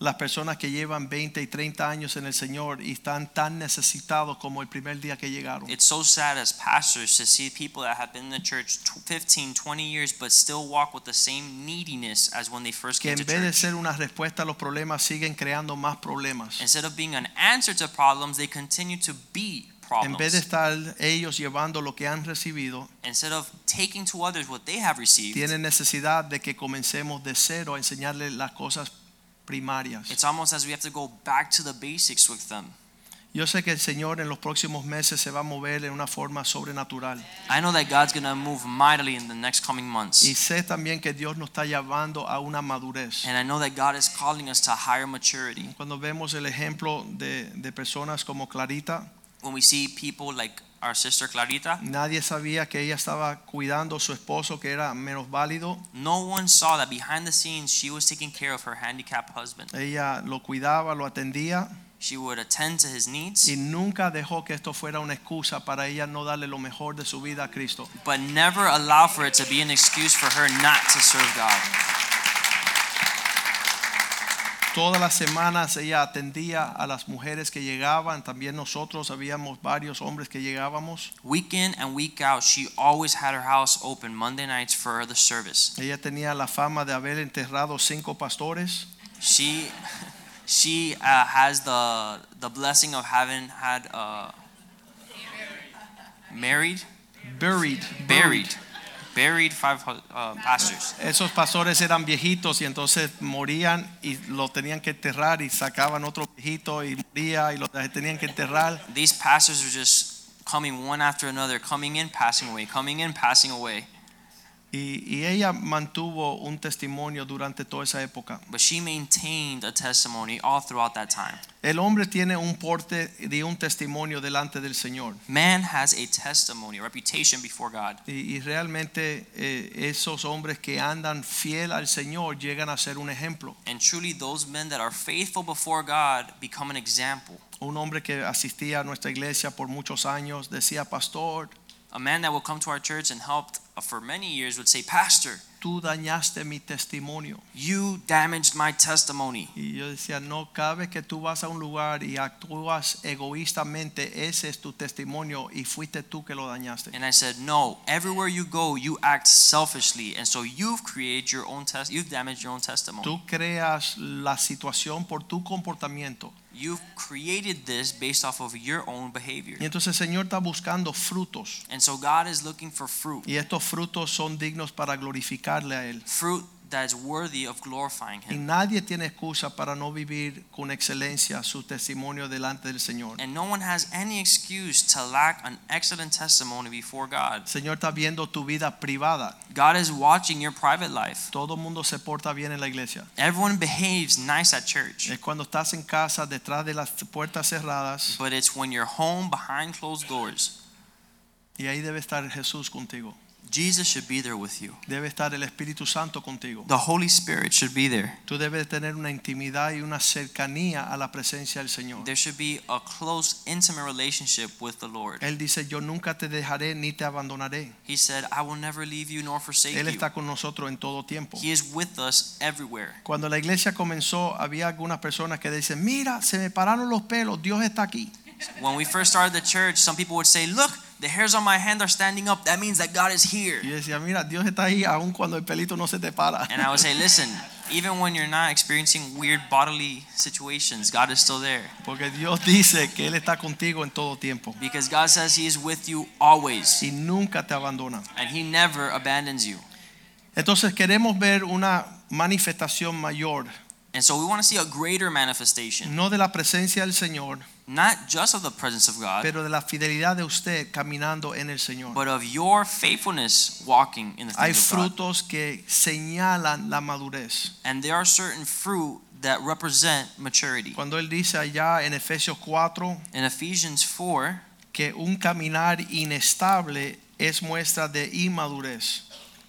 Speaker 1: las personas que llevan 20 y 30 años en el Señor y están tan necesitados como el primer día que llegaron.
Speaker 2: It's so sad as pastors to see people that have been in the church tw- 15, 20 years, but still walk with the same neediness as when they first
Speaker 1: Que
Speaker 2: came
Speaker 1: en
Speaker 2: to
Speaker 1: vez de
Speaker 2: church.
Speaker 1: ser una respuesta a los problemas siguen creando más problemas.
Speaker 2: Instead of being an answer to problems, they continue to be
Speaker 1: En vez de
Speaker 2: problems.
Speaker 1: estar ellos llevando lo que han recibido,
Speaker 2: Instead of taking to others what they have received,
Speaker 1: tienen necesidad de que comencemos de cero a enseñarles las cosas primarias.
Speaker 2: it's almost as we have to go back to the basics with them.
Speaker 1: Yo sé que el Señor en los próximos meses se va a mover en una forma sobrenatural.
Speaker 2: I know that God's going to move mightily in the next coming
Speaker 1: Y
Speaker 2: months.
Speaker 1: sé también que Dios nos está llevando a una madurez.
Speaker 2: And I know that God is calling us to higher maturity.
Speaker 1: Cuando vemos el ejemplo de, de personas como Clarita,
Speaker 2: When we see people like our sister Clarita,
Speaker 1: nadie sabía que ella estaba cuidando a su esposo que era menos válido.
Speaker 2: no one saw that behind the scenes she was taking care of her handicapped husband.
Speaker 1: Ella lo cuidaba, lo atendía
Speaker 2: She would attend to his
Speaker 1: y
Speaker 2: needs,
Speaker 1: nunca dejó que esto fuera una excusa para ella no darle lo mejor de su vida a Cristo.
Speaker 2: but never allow for it to be an excuse for her not to serve God.
Speaker 1: Todas las semanas ella atendía a las mujeres que llegaban, también nosotros habíamos varios hombres que llegábamos.
Speaker 2: Week in and week out, she always had her house open Monday nights for the service.
Speaker 1: Ella tenía la fama de haber enterrado cinco pastores.
Speaker 2: She, <laughs> she uh, has the the blessing of having had uh, married,
Speaker 1: Buried,
Speaker 2: buried, buried five hu- uh, pastors.
Speaker 1: Esos pastores eran viejitos y entonces morían y lo tenían que enterrar y sacaban otro viejito y moría y lo tenían que enterrar.
Speaker 2: These pastors are just coming one after another, coming in, passing away, coming in, passing away.
Speaker 1: Y, y ella mantuvo un testimonio durante toda esa época.
Speaker 2: But she maintained a testimony all throughout that time.
Speaker 1: El hombre tiene un porte de un testimonio delante del Señor.
Speaker 2: Man has a testimony, a reputation before God.
Speaker 1: Y, y realmente eh, esos hombres que andan fiel al Señor llegan a ser un ejemplo.
Speaker 2: And truly, those men that are faithful before God become an example.
Speaker 1: Un hombre que asistía a nuestra iglesia por muchos años decía, pastor,
Speaker 2: A man that will come to our church and helped for many years would say, Pastor,
Speaker 1: tú dañaste mi testimonio.
Speaker 2: you damaged my testimony.
Speaker 1: Y yo decía, no cabe que tú vas a un lugar y actúas egoístamente, ese es tu testimonio y fuiste tú que lo dañaste.
Speaker 2: And I said, No, everywhere you go, you act selfishly. And so you've created your own test, you've damaged your own testimony.
Speaker 1: Tú creas la situación por tu comportamiento.
Speaker 2: You've created this based off of your own behavior.
Speaker 1: Y entonces el Señor está buscando frutos.
Speaker 2: And so God is looking for fruit,
Speaker 1: Y estos frutos son dignos para glorificarle a Él.
Speaker 2: fruit that's worthy of glorifying
Speaker 1: Y
Speaker 2: Him.
Speaker 1: nadie tiene excusa para no vivir con excelencia su testimonio delante del Señor.
Speaker 2: And no one has any excuse to lack an excellent testimony before God.
Speaker 1: El Señor está viendo tu vida privada.
Speaker 2: God is watching your private life.
Speaker 1: Todo el mundo se porta bien en la iglesia.
Speaker 2: Everyone behaves nice at church,
Speaker 1: Es cuando estás en casa, detrás de las puertas cerradas.
Speaker 2: but it's when you're home behind closed doors.
Speaker 1: Y ahí debe estar Jesús contigo.
Speaker 2: Jesus should be there with you.
Speaker 1: Debe estar el Espíritu Santo contigo.
Speaker 2: The Holy Spirit should be there.
Speaker 1: Tú debes tener una intimidad y una cercanía a la presencia del Señor.
Speaker 2: There should be a close, intimate relationship with the Lord.
Speaker 1: Él dice, yo nunca te dejaré ni te abandonaré.
Speaker 2: He said, I will never leave you nor forsake
Speaker 1: Él
Speaker 2: you.
Speaker 1: está con nosotros en todo tiempo.
Speaker 2: He is with us everywhere.
Speaker 1: Cuando la iglesia comenzó, había algunas personas que dicen, mira, se me pararon los pelos, Dios está aquí.
Speaker 2: When we first started the church, some people would say, Look, the hairs on my hand are standing up. That means that God is here.
Speaker 1: Y yo decía, mira, Dios está ahí aun cuando el pelito no se te para.
Speaker 2: And I would say, Listen, even when you're not experiencing weird bodily situations, God is still there.
Speaker 1: <laughs> Porque Dios dice que Él está contigo en todo tiempo
Speaker 2: Because God says He is with you always,
Speaker 1: y nunca te abandona.
Speaker 2: and He never abandons you.
Speaker 1: Entonces queremos ver una manifestación mayor
Speaker 2: And so we want to see a greater manifestation,
Speaker 1: no de la presencia del Señor,
Speaker 2: not just of the presence of God,
Speaker 1: Mm-hmm. pero de la fidelidad de usted caminando en el Señor.
Speaker 2: but of your faithfulness walking in the
Speaker 1: Hay
Speaker 2: things of God.
Speaker 1: frutos que señalan la madurez.
Speaker 2: And there are certain fruit that represent maturity.
Speaker 1: Cuando él dice allá en Efesios 4
Speaker 2: In Ephesians 4,
Speaker 1: que un caminar inestable es muestra de inmadurez.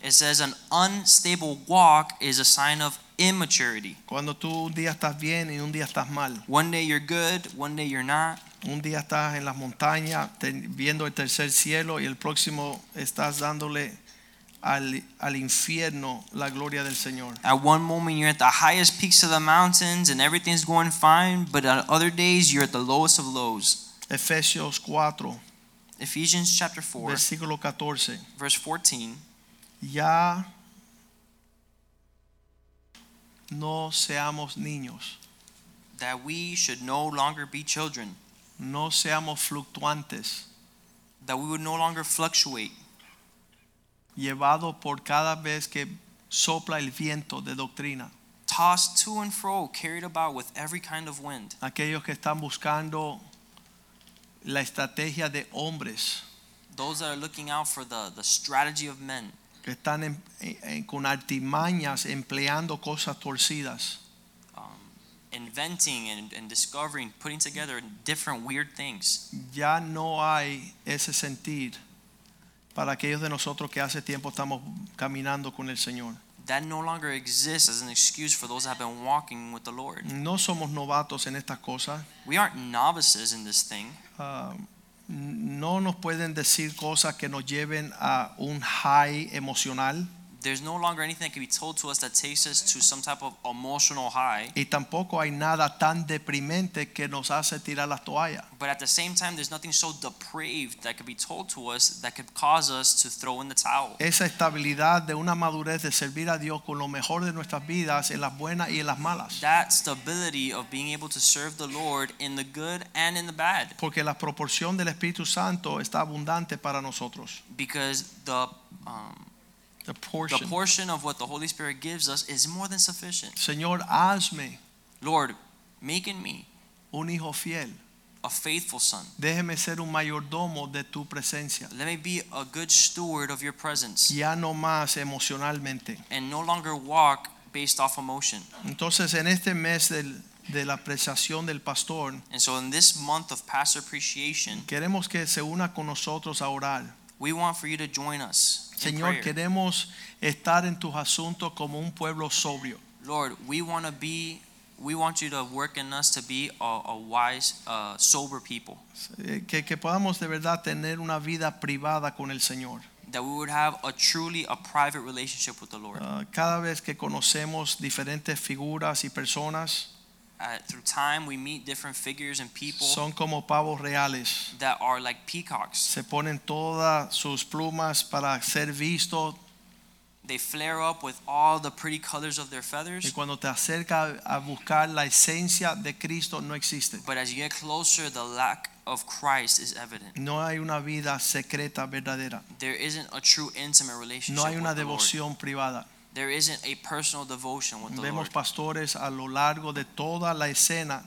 Speaker 2: it says, An unstable walk is a sign of immaturity.
Speaker 1: Cuando tú un día estás bien y un día estás mal.
Speaker 2: One day you're good, one day you're not.
Speaker 1: Un día estás en las montañas te- viendo el tercer cielo y el próximo estás dándole al, al infierno la gloria del Señor.
Speaker 2: At one moment you're at the highest peaks of the mountains and everything's going fine, but on other days you're at the lowest of lows.
Speaker 1: Efesios 4,
Speaker 2: Ephesians chapter 4,
Speaker 1: versículo 14.
Speaker 2: verse 14.
Speaker 1: Ya no seamos niños,
Speaker 2: That we should no longer be children,
Speaker 1: no seamos fluctuantes,
Speaker 2: that we would no longer fluctuate,
Speaker 1: llevados por cada vez que sopla el viento de doctrina.
Speaker 2: tossed to and fro, carried about with every kind of wind.
Speaker 1: Aquellos que están buscando la estrategia de hombres.
Speaker 2: Those that are looking out for the, the strategy of men,
Speaker 1: que están en- en- con artimañas empleando cosas torcidas.
Speaker 2: um, inventing and, and discovering, putting together different weird things.
Speaker 1: Ya no hay ese sentir para aquellos de nosotros que hace tiempo estamos caminando con el Señor.
Speaker 2: That no longer exists as an excuse for those that have been walking with the Lord.
Speaker 1: No somos novatos en estas cosas.
Speaker 2: We aren't novices in this thing.
Speaker 1: Ah, n- no nos pueden decir cosas que nos lleven a un high emocional
Speaker 2: There's no longer anything that can be told to us that takes us to some type of emotional high.
Speaker 1: y tampoco hay nada tan deprimente que nos hace tirar las toallas.
Speaker 2: But at the same time, there's nothing so depraved that could be told to us that could cause us to throw in the towel.
Speaker 1: Esa estabilidad de una madurez de servir a Dios con lo mejor de nuestras vidas, en las buenas y en las malas.
Speaker 2: That stability of being able to serve the Lord in the good and in the bad,
Speaker 1: porque la proporción del Espíritu Santo está abundante para nosotros.
Speaker 2: because the um,
Speaker 1: The
Speaker 2: the
Speaker 1: portion.
Speaker 2: portion of what the Holy Spirit gives us is more than sufficient.
Speaker 1: Señor, hazme
Speaker 2: Lord, make in me
Speaker 1: un hijo fiel.
Speaker 2: a faithful son.
Speaker 1: Déjeme ser un mayordomo de tu presencia.
Speaker 2: Let me be a good steward of your presence,
Speaker 1: Ya no más emocionalmente.
Speaker 2: and no longer walk based off emotion.
Speaker 1: Entonces, en este mes del- de la apreciación del pastor,
Speaker 2: And so, in this month of pastor appreciation,
Speaker 1: queremos que se una con nosotros a orar.
Speaker 2: we want for you to join us. In
Speaker 1: Señor,
Speaker 2: prayer.
Speaker 1: queremos estar en tus asuntos como un pueblo sobrio.
Speaker 2: Lord, we want to be, we want you to work in us to be a, a wise, uh, sober people.
Speaker 1: Eh, Que, que podamos de verdad tener una vida privada con el Señor.
Speaker 2: That we would have a truly a private relationship with the Lord.
Speaker 1: Ah, cada vez que conocemos diferentes figuras y personas,
Speaker 2: Uh, through time, we meet different figures and people
Speaker 1: son como pavos reales.
Speaker 2: that are like peacocks.
Speaker 1: Se ponen todas sus plumas para ser vistos
Speaker 2: They flare up with all the pretty colors of their
Speaker 1: y
Speaker 2: feathers,
Speaker 1: cuando te acercas a buscar la esencia de Cristo no existe.
Speaker 2: but as you get closer, the lack of Christ is evident.
Speaker 1: No hay una vida secreta verdadera.
Speaker 2: There isn't a true intimate relationship
Speaker 1: No hay una
Speaker 2: with the Lord.
Speaker 1: devoción privada.
Speaker 2: There isn't a personal devotion with the
Speaker 1: Vemos
Speaker 2: Lord.
Speaker 1: pastores a lo largo de toda la escena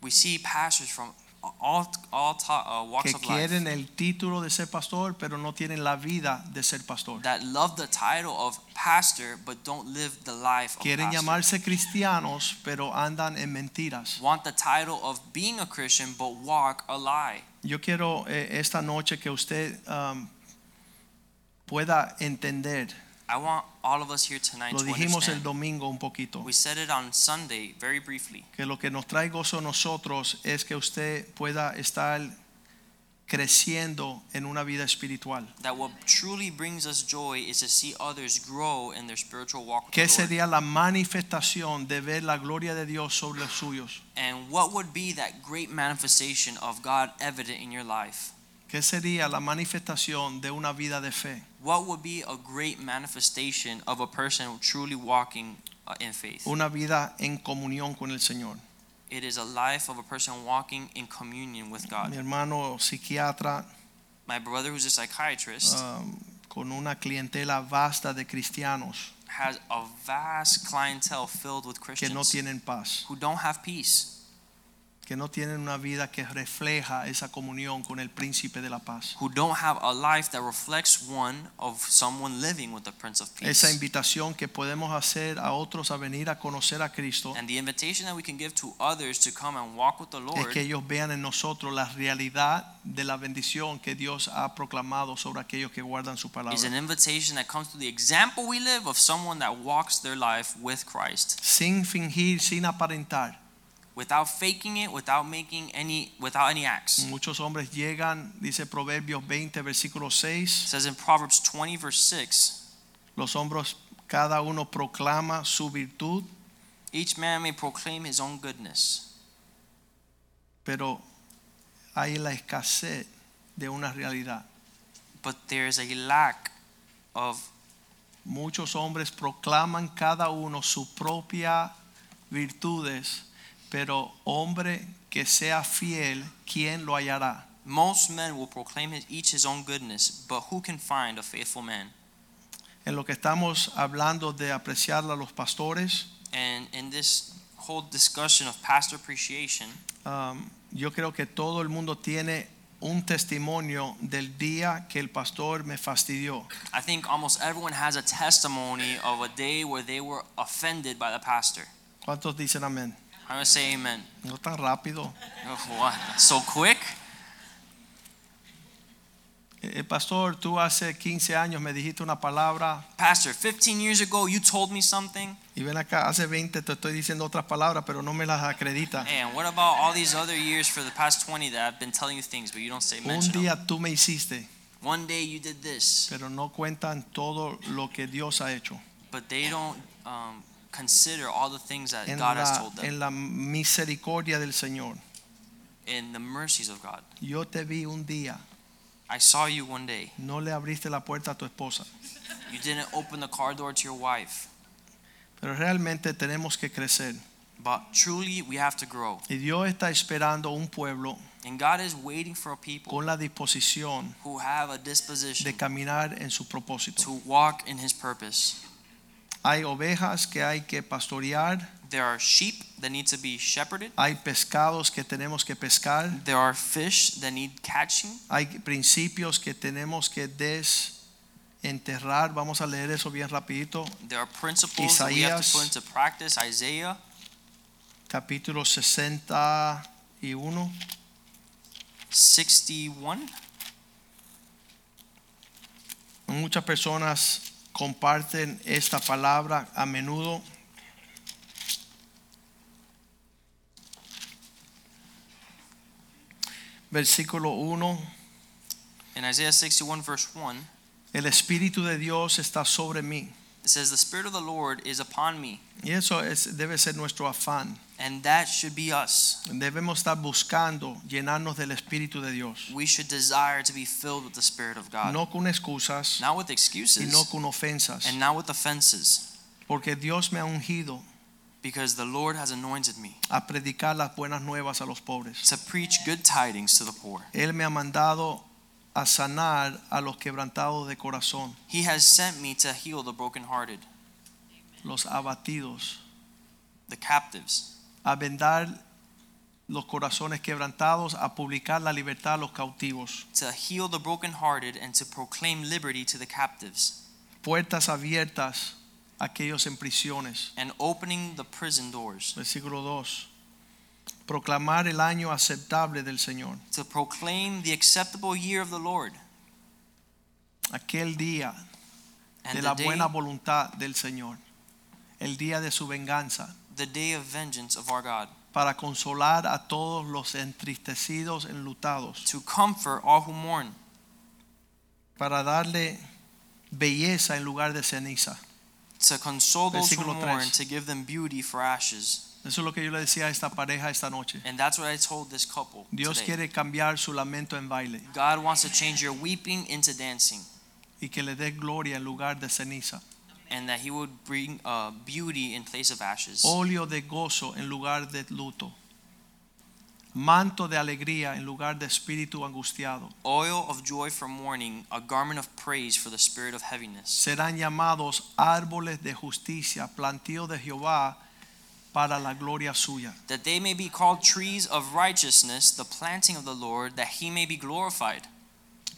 Speaker 2: We see pastors from all all ta- uh, walks
Speaker 1: que
Speaker 2: of life
Speaker 1: quieren el título de ser pastor, pero no tienen la vida de ser pastor.
Speaker 2: that love the title of pastor but don't live the life of
Speaker 1: Quieren
Speaker 2: pastor.
Speaker 1: llamarse cristianos, pero andan en mentiras.
Speaker 2: Want the title of being a Christian but walk a lie.
Speaker 1: Yo quiero eh, esta noche que usted um, pueda entender.
Speaker 2: I want all of us here tonight
Speaker 1: Lo
Speaker 2: to
Speaker 1: dijimos el
Speaker 2: understand.
Speaker 1: domingo un poquito.
Speaker 2: We said it on Sunday very briefly.
Speaker 1: Que lo que nos trae gozo a nosotros es que usted pueda estar creciendo en una vida espiritual.
Speaker 2: That what truly brings us joy is to see others grow in their spiritual walk with
Speaker 1: ¿Qué
Speaker 2: the Lord.
Speaker 1: sería la manifestación de ver la gloria de Dios sobre los suyos?
Speaker 2: And what would be that great manifestation of God evident in your life?
Speaker 1: ¿Qué sería la manifestación de una vida de fe?
Speaker 2: What would be a great manifestation of a person truly walking uh, in faith?
Speaker 1: Una vida en comunión con el Señor.
Speaker 2: It is a life of a person walking in communion with
Speaker 1: Mi
Speaker 2: God.
Speaker 1: hermano psiquiatra
Speaker 2: My brother, who's a psychiatrist,
Speaker 1: um, con una clientela vasta de cristianos.
Speaker 2: has a vast clientele filled with
Speaker 1: que no
Speaker 2: Christians
Speaker 1: tienen paz.
Speaker 2: who don't have peace.
Speaker 1: que no tienen una vida que refleja esa comunión con el príncipe de la paz.
Speaker 2: who don't have a life that reflects one of someone living with the Prince of
Speaker 1: Esa
Speaker 2: Peace.
Speaker 1: invitación que podemos hacer a otros a venir a conocer a Cristo
Speaker 2: And the invitation that we can give to others to come and walk with the
Speaker 1: es que
Speaker 2: Lord
Speaker 1: ellos vean en nosotros la realidad de la bendición que Dios ha proclamado sobre aquellos que guardan su palabra.
Speaker 2: is an invitation that comes through the example we live of someone that walks their life with Christ
Speaker 1: Sin fingir, sin aparentar.
Speaker 2: without faking it, without making any without any acts.
Speaker 1: Muchos hombres llegan, dice Proverbios 20, versículo
Speaker 2: It
Speaker 1: 6,
Speaker 2: says in Proverbs 20 verse 6,
Speaker 1: los hombres cada uno proclama su virtud,
Speaker 2: each man may proclaim his own goodness,
Speaker 1: pero hay la escasez de una realidad.
Speaker 2: but there is a lack of
Speaker 1: Muchos hombres proclaman cada uno sus propias virtudes, pero hombre que sea fiel, ¿quién lo hallará?
Speaker 2: most men will proclaim his, each his own goodness, but who can find a faithful man?
Speaker 1: En lo que estamos hablando de apreciar a los pastores,
Speaker 2: And in this whole discussion of pastor appreciation,
Speaker 1: um, yo creo que todo el mundo tiene un testimonio del día que el pastor me fastidió.
Speaker 2: I think almost everyone has a testimony of a day where they were offended by the pastor.
Speaker 1: ¿Cuántos dicen amén?
Speaker 2: I'm gonna say amen.
Speaker 1: No tan rápido.
Speaker 2: Oh, what? So quick?
Speaker 1: Eh, eh, pastor, tú hace 15 años me dijiste una palabra
Speaker 2: Pastor, 15 years ago you told me something.
Speaker 1: y ven acá, hace 20 te estoy diciendo otras palabras, pero no me las acreditas.
Speaker 2: And what about all these other years for the past 20 that I've been telling you things, but you don't say
Speaker 1: Un
Speaker 2: mention them?
Speaker 1: día tú me hiciste,
Speaker 2: One day you did this,
Speaker 1: pero no cuentan todo lo que Dios ha hecho.
Speaker 2: but they don't um, consider all the things that
Speaker 1: En
Speaker 2: God has
Speaker 1: la,
Speaker 2: told them
Speaker 1: en la misericordia del Señor.
Speaker 2: in the mercies of God.
Speaker 1: Yo te vi un día,
Speaker 2: I saw you one day.
Speaker 1: no le abriste la puerta a tu esposa.
Speaker 2: You didn't open the car door to your wife.
Speaker 1: Pero realmente tenemos que crecer.
Speaker 2: But truly, we have to grow.
Speaker 1: Y Dios está esperando un pueblo
Speaker 2: And God is waiting for a people
Speaker 1: con la disposición
Speaker 2: who have a
Speaker 1: de
Speaker 2: disposition
Speaker 1: caminar en su propósito.
Speaker 2: to walk in His purpose.
Speaker 1: Hay ovejas que hay que pastorear,
Speaker 2: There are sheep that need to be shepherded,
Speaker 1: hay pescados que tenemos que pescar,
Speaker 2: there are fish that need catching,
Speaker 1: hay principios que tenemos que desenterrar. Vamos a leer eso bien rapidito.
Speaker 2: there are principles that we have
Speaker 1: Isaías.
Speaker 2: to put into practice. Isaiah
Speaker 1: Capítulo 61,
Speaker 2: 61.
Speaker 1: Muchas personas comparten esta palabra a menudo. Versículo 1.
Speaker 2: In Isaiah 61, verse 1,
Speaker 1: El Espíritu de Dios está sobre mí.
Speaker 2: it says, The Spirit of the Lord is upon me.
Speaker 1: Y eso es- debe ser nuestro afán.
Speaker 2: And that should be us.
Speaker 1: Debemos estar buscando llenarnos del Espíritu de Dios.
Speaker 2: We should desire to be filled with the Spirit of God.
Speaker 1: No con excusas
Speaker 2: Not with
Speaker 1: y
Speaker 2: excuses
Speaker 1: no con ofensas.
Speaker 2: and not with offenses,
Speaker 1: Porque Dios me ha ungido
Speaker 2: because the Lord has anointed me
Speaker 1: a predicar las buenas nuevas a los pobres.
Speaker 2: to preach good tidings to the poor.
Speaker 1: Él me ha mandado a sanar a los quebrantados de corazón,
Speaker 2: He has sent me to heal the brokenhearted,
Speaker 1: los abatidos,
Speaker 2: the captives,
Speaker 1: a vendar los corazones quebrantados, a publicar la libertad a los cautivos,
Speaker 2: to heal the brokenhearted, and to proclaim liberty to the captives,
Speaker 1: puertas abiertas a aquellos en prisiones.
Speaker 2: and opening the prison doors,
Speaker 1: Versículo 2. Proclamar el año aceptable del Señor,
Speaker 2: to proclaim the acceptable year of the Lord
Speaker 1: aquel día
Speaker 2: and
Speaker 1: de
Speaker 2: the
Speaker 1: la
Speaker 2: day,
Speaker 1: buena voluntad del Señor, el día de su venganza,
Speaker 2: the day of vengeance of our God,
Speaker 1: para consolar a todos los entristecidos, enlutados.
Speaker 2: to comfort all who mourn,
Speaker 1: para darle belleza en lugar de ceniza.
Speaker 2: to console those who
Speaker 1: Versículo
Speaker 2: mourn,
Speaker 1: tres.
Speaker 2: to give them beauty for ashes.
Speaker 1: Eso es lo que yo le decía a esta pareja esta noche.
Speaker 2: And that's what I told this couple.
Speaker 1: Dios
Speaker 2: today.
Speaker 1: quiere cambiar su lamento en baile
Speaker 2: God wants to change your weeping into dancing,
Speaker 1: y que le dé gloria en lugar de ceniza,
Speaker 2: and that He would bring uh, beauty in place of ashes,
Speaker 1: óleo de gozo en lugar de luto, manto de alegría en lugar de espíritu angustiado.
Speaker 2: oil of joy for mourning, a garment of praise for the spirit of heaviness.
Speaker 1: Serán llamados árboles de justicia, plantío de Jehová para la gloria suya.
Speaker 2: that they may be called trees of righteousness, the planting of the Lord, that he may be glorified.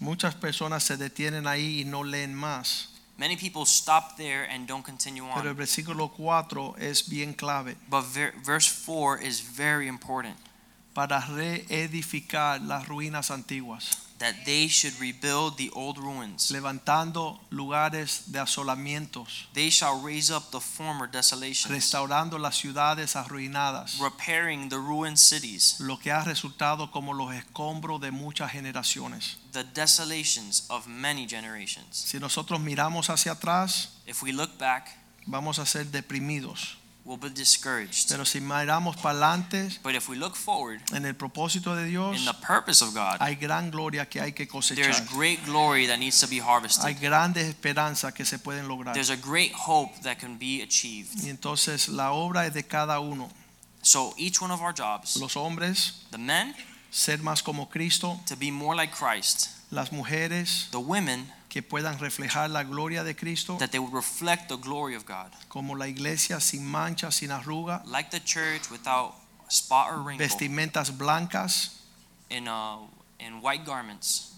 Speaker 1: Muchas personas se detienen ahí y no leen más,
Speaker 2: Many people stop there and don't continue
Speaker 1: pero el
Speaker 2: on.
Speaker 1: versículo 4 es bien clave
Speaker 2: But ver- verse 4 is very important
Speaker 1: para reedificar las ruinas antiguas,
Speaker 2: that they should rebuild the old ruins.
Speaker 1: levantando lugares de asolamientos,
Speaker 2: They shall raise up the former desolations,
Speaker 1: restaurando las ciudades arruinadas,
Speaker 2: repairing the ruined cities,
Speaker 1: lo que ha resultado como los escombros de muchas generaciones.
Speaker 2: the desolations of many generations.
Speaker 1: Si nosotros miramos hacia atrás,
Speaker 2: If we look back,
Speaker 1: vamos a ser deprimidos,
Speaker 2: we'll be discouraged.
Speaker 1: pero si miramos para adelante,
Speaker 2: But if we look forward
Speaker 1: en el propósito de
Speaker 2: in the
Speaker 1: Dios,
Speaker 2: purpose of God,
Speaker 1: hay gran gloria que hay que
Speaker 2: there's
Speaker 1: cosechar.
Speaker 2: great glory that needs to be
Speaker 1: Hay
Speaker 2: harvested.
Speaker 1: grandes esperanzas que se pueden lograr.
Speaker 2: There's a great hope that can be achieved.
Speaker 1: Y entonces la obra es de cada uno.
Speaker 2: So each one of our jobs,
Speaker 1: Los hombres,
Speaker 2: the men
Speaker 1: ser más como Cristo.
Speaker 2: to be more like Christ,
Speaker 1: Las mujeres,
Speaker 2: the women
Speaker 1: que puedan reflejar la gloria de Cristo
Speaker 2: that they would reflect the glory of God,
Speaker 1: como la iglesia sin mancha, sin arruga,
Speaker 2: like the church without spot or wrinkle,
Speaker 1: vestimentas blancas,
Speaker 2: in uh, in white garments,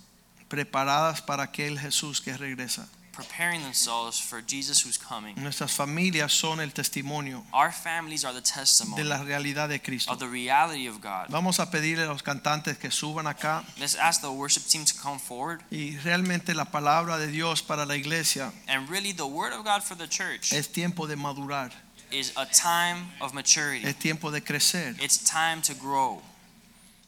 Speaker 1: preparadas para aquel Jesús que regresa.
Speaker 2: preparing themselves for Jesus who's coming.
Speaker 1: Nuestras familias son el testimonio
Speaker 2: Our families are the
Speaker 1: de
Speaker 2: testimony
Speaker 1: la realidad de Cristo.
Speaker 2: of the reality of God.
Speaker 1: Vamos a pedirle a los cantantes que suban acá
Speaker 2: Let's ask the worship team to come forward.
Speaker 1: Y realmente la palabra de Dios para la iglesia
Speaker 2: And really, the word of God for the church
Speaker 1: es tiempo de madurar,
Speaker 2: is a time of maturity.
Speaker 1: es tiempo de crecer.
Speaker 2: It's time to grow.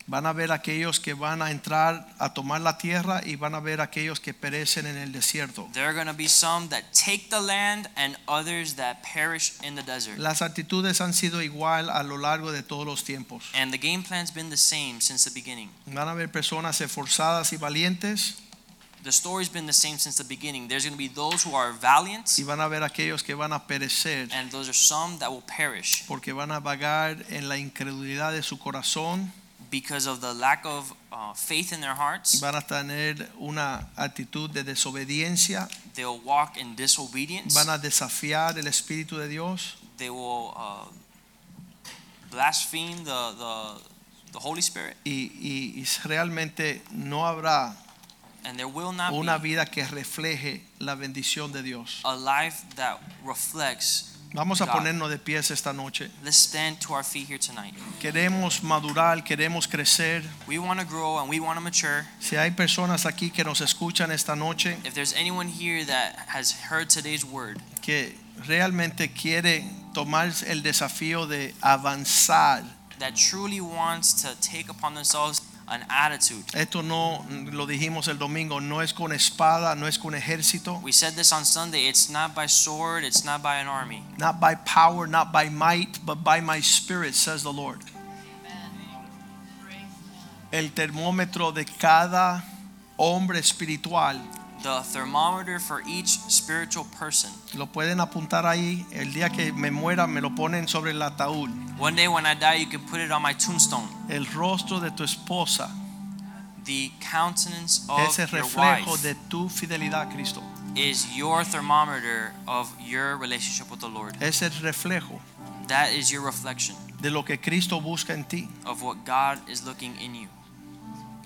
Speaker 1: Van a ver aquellos que van a entrar a tomar la tierra y van a ver aquellos que perecen en el desierto.
Speaker 2: There are going to be some that take the land and others that perish in the desert.
Speaker 1: Las actitudes han sido igual a lo largo de todos los tiempos.
Speaker 2: And the game plan's been the same since the beginning.
Speaker 1: Van a ver personas esforzadas y valientes
Speaker 2: The story's been the same since the beginning. There's going to be those who are valiant,
Speaker 1: y van a ver aquellos que van a perecer
Speaker 2: and those are some that will perish
Speaker 1: porque van a vagar en la incredulidad de su corazón,
Speaker 2: because of the lack of uh, faith in their hearts.
Speaker 1: van a tener una actitud de desobediencia,
Speaker 2: They'll walk in disobedience.
Speaker 1: van a desafiar el Espíritu de Dios.
Speaker 2: They will uh, blaspheme the, the, the Holy Spirit,
Speaker 1: y, y- y realmente no habrá
Speaker 2: and there will not
Speaker 1: una
Speaker 2: be
Speaker 1: vida que refleje la bendición de Dios.
Speaker 2: a life that reflects.
Speaker 1: Vamos a
Speaker 2: God.
Speaker 1: ponernos de pies esta noche.
Speaker 2: Let's stand to our feet here tonight.
Speaker 1: Queremos madurar, queremos crecer.
Speaker 2: We want to grow and we want to mature.
Speaker 1: Si hay personas aquí que nos escuchan esta noche
Speaker 2: If there's anyone here that has heard today's word
Speaker 1: que realmente quiere tomar el desafío de avanzar,
Speaker 2: that truly wants to take upon themselves an attitude.
Speaker 1: esto no lo dijimos el domingo, no es con espada, no es con ejército,
Speaker 2: We said this on Sunday. It's not by sword. It's not by an army.
Speaker 1: not by power, not by might, but by my spirit, says the Lord. el termómetro de cada hombre espiritual.
Speaker 2: The thermometer for each spiritual person.
Speaker 1: Lo pueden apuntar ahí. El día que me muera me lo ponen sobre el ataúd.
Speaker 2: One day when I die, you can put it on my tombstone.
Speaker 1: El rostro de tu esposa
Speaker 2: The countenance
Speaker 1: es
Speaker 2: of
Speaker 1: el
Speaker 2: your
Speaker 1: reflejo
Speaker 2: wife
Speaker 1: de tu fidelidad a Cristo.
Speaker 2: is your thermometer of your relationship with the Lord.
Speaker 1: Es el reflejo
Speaker 2: That is your reflection
Speaker 1: de lo que Cristo busca en ti.
Speaker 2: of what God is looking in you.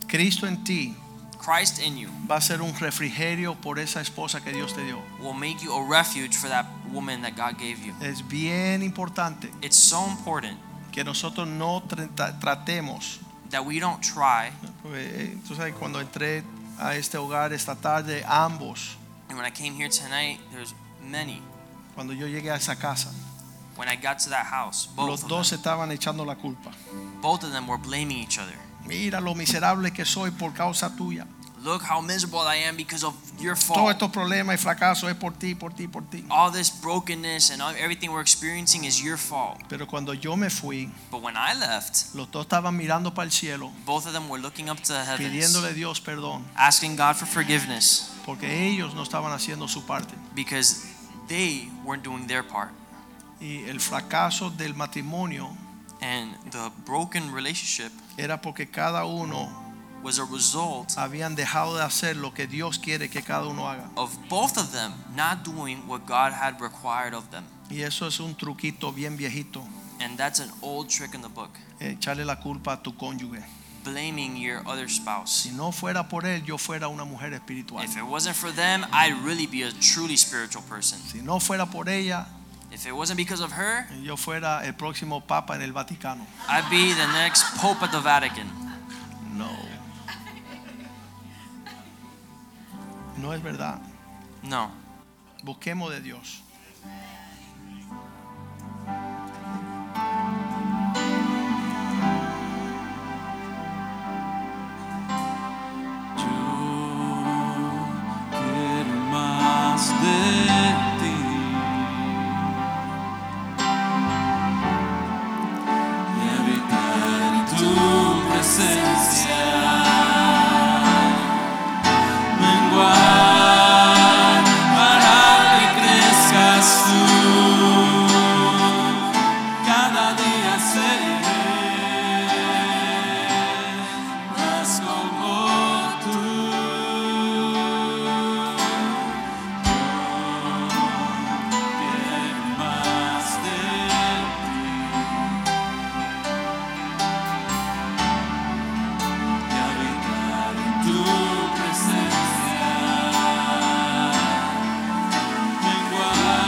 Speaker 1: Cristo en ti
Speaker 2: Christ in you
Speaker 1: va a ser un refrigerio por esa esposa que Dios te dio.
Speaker 2: will make you a refuge for that woman that God gave you.
Speaker 1: Es bien importante
Speaker 2: It's so important
Speaker 1: que nosotros no tra- tratemos
Speaker 2: that we don't try.
Speaker 1: Eh, Tú sabes, cuando entré a este hogar esta tarde, ambos,
Speaker 2: And when I came here tonight, there's many.
Speaker 1: cuando yo llegué a esa casa,
Speaker 2: When I got to that house, both
Speaker 1: los dos
Speaker 2: of,
Speaker 1: estaban echando la culpa.
Speaker 2: them, both of them were blaming each other.
Speaker 1: Mira lo miserable que soy por causa tuya.
Speaker 2: Look how miserable I am because of your
Speaker 1: Todos
Speaker 2: fault.
Speaker 1: estos problemas y fracasos es por ti, por ti, por ti.
Speaker 2: All this brokenness and all, everything we're experiencing is your fault.
Speaker 1: Pero cuando yo me fui,
Speaker 2: But when I left,
Speaker 1: los dos estaban mirando para el cielo,
Speaker 2: both of them were looking up to the heavens,
Speaker 1: pidiéndole a Dios perdón,
Speaker 2: asking God for forgiveness
Speaker 1: porque ellos no estaban haciendo su parte.
Speaker 2: because they weren't doing their part.
Speaker 1: Y el fracaso del matrimonio
Speaker 2: And the broken relationship
Speaker 1: era porque cada uno
Speaker 2: was a result
Speaker 1: habían dejado de hacer lo que Dios quiere que cada uno haga.
Speaker 2: of both of them not doing what God had required of them.
Speaker 1: Y eso es un truquito bien viejito.
Speaker 2: And that's an old trick in the book
Speaker 1: echarle la culpa a tu cónyuge.
Speaker 2: blaming your other spouse.
Speaker 1: Si no fuera por él, yo fuera una mujer espiritual.
Speaker 2: If it wasn't for them, I'd really be a truly spiritual person.
Speaker 1: Si no fuera por ella,
Speaker 2: If it wasn't because of her,
Speaker 1: yo fuera el próximo papa en el Vaticano.
Speaker 2: I'd be the next pope at the Vatican.
Speaker 1: No. No es verdad.
Speaker 2: No.
Speaker 1: Busquemos de Dios.
Speaker 3: Yo quiero más de ti. Y habitar en tu presencia. Menguar para que crezcas tú. Cada día seré más como tú. Yo quiero más de ti y habitar en tu presencia. Menguar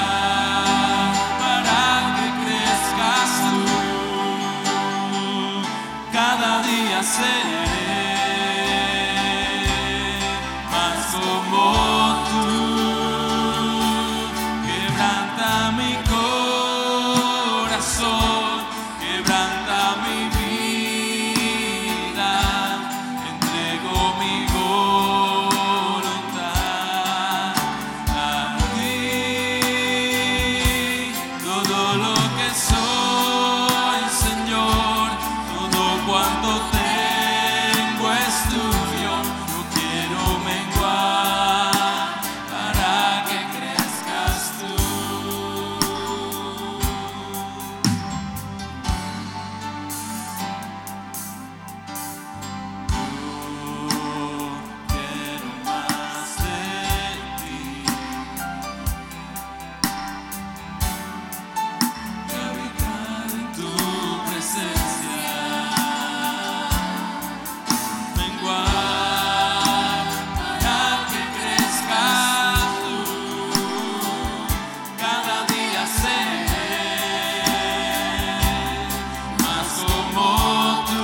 Speaker 3: para que crezcas tú cada día seré más como tú. Quebranta mi corazón, quebranta mi vida, entrego mi voluntad a ti, todo lo que soy, Señor, todo cuanto tengo es tuyo. Yo quiero menguar para que crezcas tú. Yo quiero más de ti. Habitar en tu presencia, menguar para que crezcas tú, cada día seré más como tú.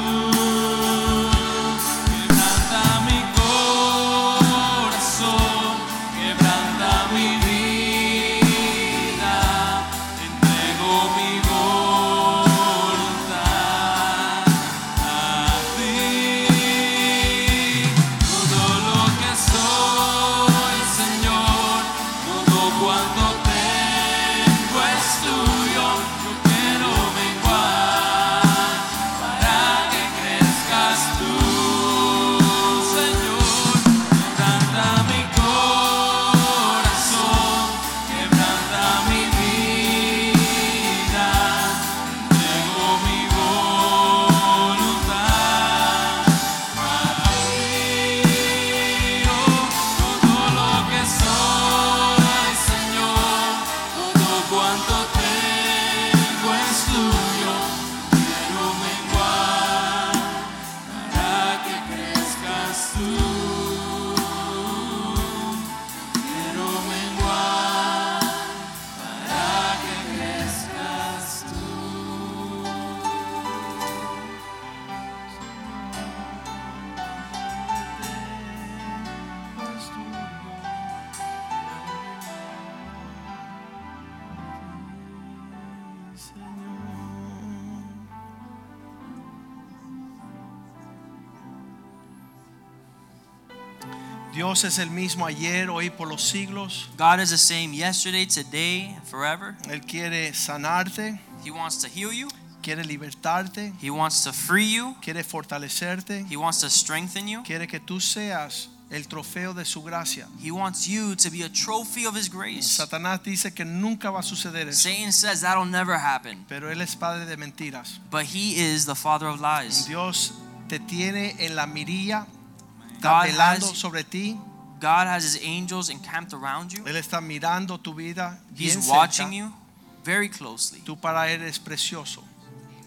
Speaker 3: Quebranta mi corazón, quebranta mi vida, entrego mi voluntad a ti. Todo lo que soy, Señor, todo cuanto tengo es tuyo. Yo quiero menguar para que crezcas tú, Señor. Quebranta mi corazón, quebranta mi vida, entrego mi voluntad a ti. Todo lo que soy, Señor, todo cuanto tengo es tuyo. Quiero menguar para que crezcas tú. Quiero menguar para que crezcas tú.
Speaker 1: Dios es el mismo ayer, hoy, por los siglos.
Speaker 2: God is the same yesterday, today, and forever.
Speaker 1: Él quiere sanarte,
Speaker 2: He wants to heal you.
Speaker 1: quiere libertarte,
Speaker 2: He wants to free you.
Speaker 1: quiere fortalecerte,
Speaker 2: He wants to strengthen you.
Speaker 1: quiere que tú seas el trofeo de su gracia.
Speaker 2: He wants you to be a trophy of His grace.
Speaker 1: Satanás dice que nunca va a suceder eso,
Speaker 2: Satan says that'll never happen,
Speaker 1: pero él es padre de mentiras.
Speaker 2: but he is the father of lies.
Speaker 1: Dios te tiene en la mirilla, está
Speaker 2: God
Speaker 1: velando
Speaker 2: has-
Speaker 1: sobre ti,
Speaker 2: God has his angels encamped around you.
Speaker 1: él está mirando tu vida, bien
Speaker 2: He's
Speaker 1: cerca.
Speaker 2: watching you very closely.
Speaker 1: Tú para él eres precioso.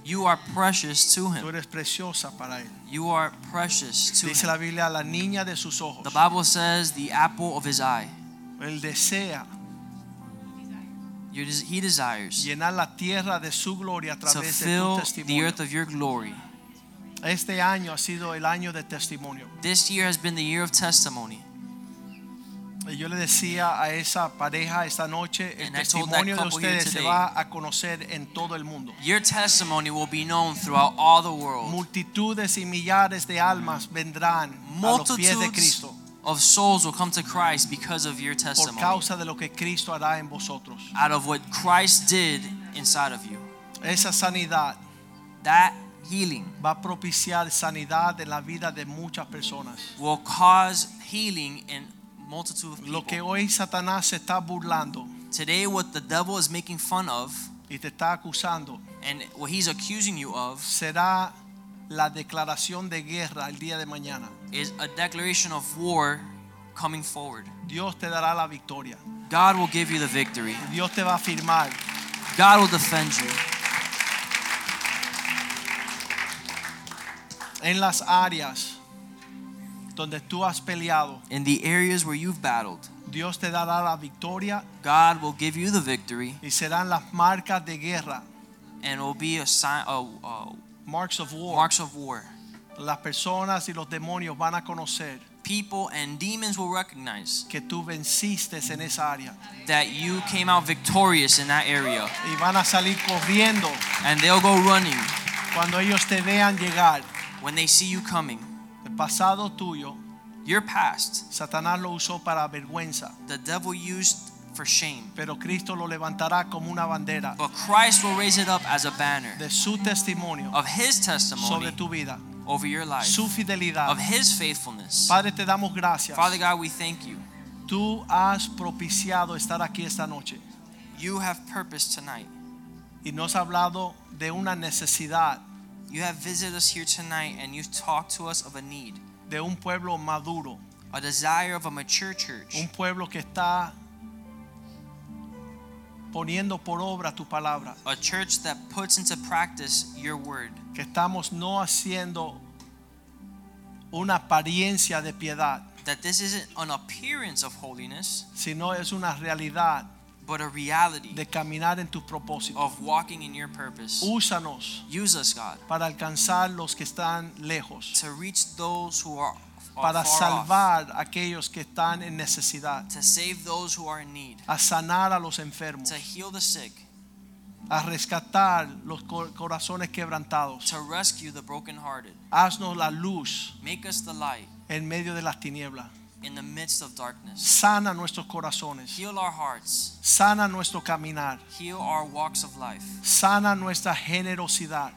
Speaker 2: You are precious to
Speaker 1: Tú
Speaker 2: him.
Speaker 1: eres preciosa para Él.
Speaker 2: You are precious to
Speaker 1: Dice la
Speaker 2: him.
Speaker 1: Biblia, la niña de sus ojos.
Speaker 2: The Bible says the apple of his eye.
Speaker 1: Él desea
Speaker 2: You des- He desires
Speaker 1: llenar la tierra de su gloria a
Speaker 2: to
Speaker 1: través de tu
Speaker 2: fill the
Speaker 1: testimonio.
Speaker 2: earth of your glory.
Speaker 1: Este año ha sido el año de testimonio.
Speaker 2: This year has been the year of testimony.
Speaker 1: Y yo le decía a esa pareja esta noche, el
Speaker 2: And I told that
Speaker 1: testimonio de
Speaker 2: couple here
Speaker 1: ustedes se
Speaker 2: today.
Speaker 1: va a conocer en todo el mundo.
Speaker 2: Your testimony will be known throughout all the world.
Speaker 1: Multitudes y millares de almas vendrán a los pies de
Speaker 2: Multitudes
Speaker 1: Cristo
Speaker 2: of souls will come to Christ because of your
Speaker 1: por
Speaker 2: testimony.
Speaker 1: causa de lo que Cristo hará en vosotros.
Speaker 2: Out of what Christ did inside of you.
Speaker 1: Esa sanidad
Speaker 2: That healing
Speaker 1: va a propiciar sanidad en la vida de muchas personas.
Speaker 2: will cause healing in multitude of
Speaker 1: Lo que
Speaker 2: people.
Speaker 1: hoy Satanás se está burlando
Speaker 2: Today what the devil is making fun of
Speaker 1: y te está acusando
Speaker 2: and what he's accusing you of
Speaker 1: será la declaración de guerra el día de mañana.
Speaker 2: is a declaration of war coming forward.
Speaker 1: Dios te dará la victoria.
Speaker 2: God will give you the victory.
Speaker 1: Dios te va a firmar.
Speaker 2: God will defend you
Speaker 1: en las áreas donde tú has peleado,
Speaker 2: in the areas where you've battled.
Speaker 1: Dios te dará la victoria
Speaker 2: God will give you the victory
Speaker 1: y serán las marcas de guerra,
Speaker 2: and it will be a sign of uh,
Speaker 1: marks of war.
Speaker 2: marks of war.
Speaker 1: Las personas y los demonios van a conocer
Speaker 2: People and demons will recognize
Speaker 1: que tú venciste en esa área
Speaker 2: that you came out victorious in that area
Speaker 1: y van a salir corriendo
Speaker 2: and they'll go running
Speaker 1: cuando ellos te vean llegar.
Speaker 2: when they see you coming.
Speaker 1: El pasado tuyo,
Speaker 2: Your past,
Speaker 1: Satanás lo usó para vergüenza,
Speaker 2: the devil used for shame,
Speaker 1: pero Cristo lo levantará como una bandera
Speaker 2: but Christ will raise it up as a banner
Speaker 1: de su testimonio
Speaker 2: of his
Speaker 1: sobre
Speaker 2: testimony
Speaker 1: tu vida,
Speaker 2: over your life,
Speaker 1: su fidelidad.
Speaker 2: of his faithfulness.
Speaker 1: Padre, te damos gracias.
Speaker 2: Father God, we thank you.
Speaker 1: Tú has propiciado estar aquí esta noche
Speaker 2: You have purpose tonight.
Speaker 1: y nos has hablado de una necesidad
Speaker 2: You have visited us here tonight and you've talked to us of a need,
Speaker 1: de un pueblo maduro,
Speaker 2: a desire of a mature church,
Speaker 1: un pueblo que está poniendo por obra tu palabra,
Speaker 2: a church that puts into practice your word,
Speaker 1: que estamos no haciendo una apariencia de piedad,
Speaker 2: that this isn't an appearance of holiness,
Speaker 1: sino es una realidad
Speaker 2: but a reality
Speaker 1: de caminar en tus propósitos.
Speaker 2: of walking in your purpose.
Speaker 1: Úsanos
Speaker 2: Use us, God,
Speaker 1: para alcanzar los que están lejos,
Speaker 2: to reach those who are, are far
Speaker 1: para
Speaker 2: off,
Speaker 1: salvar a aquellos que están en necesidad,
Speaker 2: to save those who are in need,
Speaker 1: a sanar a los enfermos.
Speaker 2: to heal the sick,
Speaker 1: a rescatar los cor- corazones quebrantados.
Speaker 2: to rescue the brokenhearted.
Speaker 1: Haznos la luz
Speaker 2: Make us the light
Speaker 1: en medio de las tinieblas.
Speaker 2: in the midst of darkness.
Speaker 1: Sana nuestros corazones.
Speaker 2: Heal our hearts.
Speaker 1: Sana nuestro caminar.
Speaker 2: Heal our walks of life.
Speaker 1: Sana nuestra generosidad.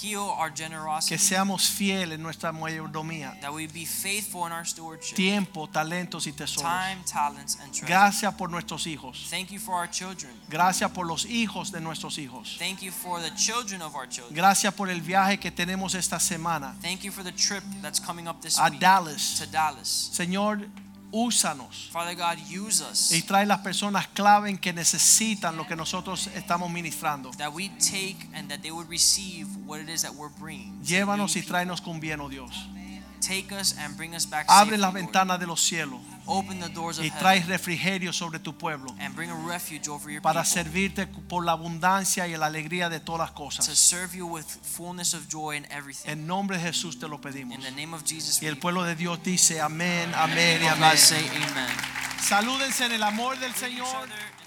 Speaker 2: heal our generosity,
Speaker 1: Que seamos fieles en nuestra mayordomía.
Speaker 2: that we be faithful in our stewardship,
Speaker 1: Tiempo, talentos y tesoros.
Speaker 2: time, talents, and treasure.
Speaker 1: Gracias por nuestros hijos.
Speaker 2: Thank you for our children.
Speaker 1: Gracias por los hijos de nuestros hijos.
Speaker 2: Thank you for the children of our children.
Speaker 1: Gracias por el viaje que tenemos esta semana
Speaker 2: Thank you for the trip that's coming up this
Speaker 1: a
Speaker 2: week
Speaker 1: Dallas.
Speaker 2: to Dallas.
Speaker 1: Señor, úsanos.
Speaker 2: Father God, use us
Speaker 1: y trae las personas clave en que necesitan lo que nosotros estamos ministrando.
Speaker 2: that we take and that they would receive what it is that we're bringing. to
Speaker 1: Llévanos
Speaker 2: you.
Speaker 1: y tráenos con bien, oh Dios.
Speaker 2: Take us and bring us back
Speaker 1: Abre
Speaker 2: safely,
Speaker 1: las
Speaker 2: Lord.
Speaker 1: ventanas de los cielos
Speaker 2: Open the doors of
Speaker 1: y
Speaker 2: heaven
Speaker 1: trae refrigerio sobre tu pueblo
Speaker 2: and bring a refuge over your
Speaker 1: para
Speaker 2: people
Speaker 1: servirte por la abundancia y la alegría de todas las
Speaker 2: to
Speaker 1: cosas.
Speaker 2: serve you with fullness of joy in everything.
Speaker 1: En nombre de Jesús te lo pedimos.
Speaker 2: In the name of Jesus,
Speaker 1: Y el
Speaker 2: we
Speaker 1: pueblo de Dios dice amén, amén
Speaker 2: pray.
Speaker 1: y amén.
Speaker 2: God say amen.
Speaker 1: Salúdense en el amor del
Speaker 2: Greet each
Speaker 1: Señor.
Speaker 2: other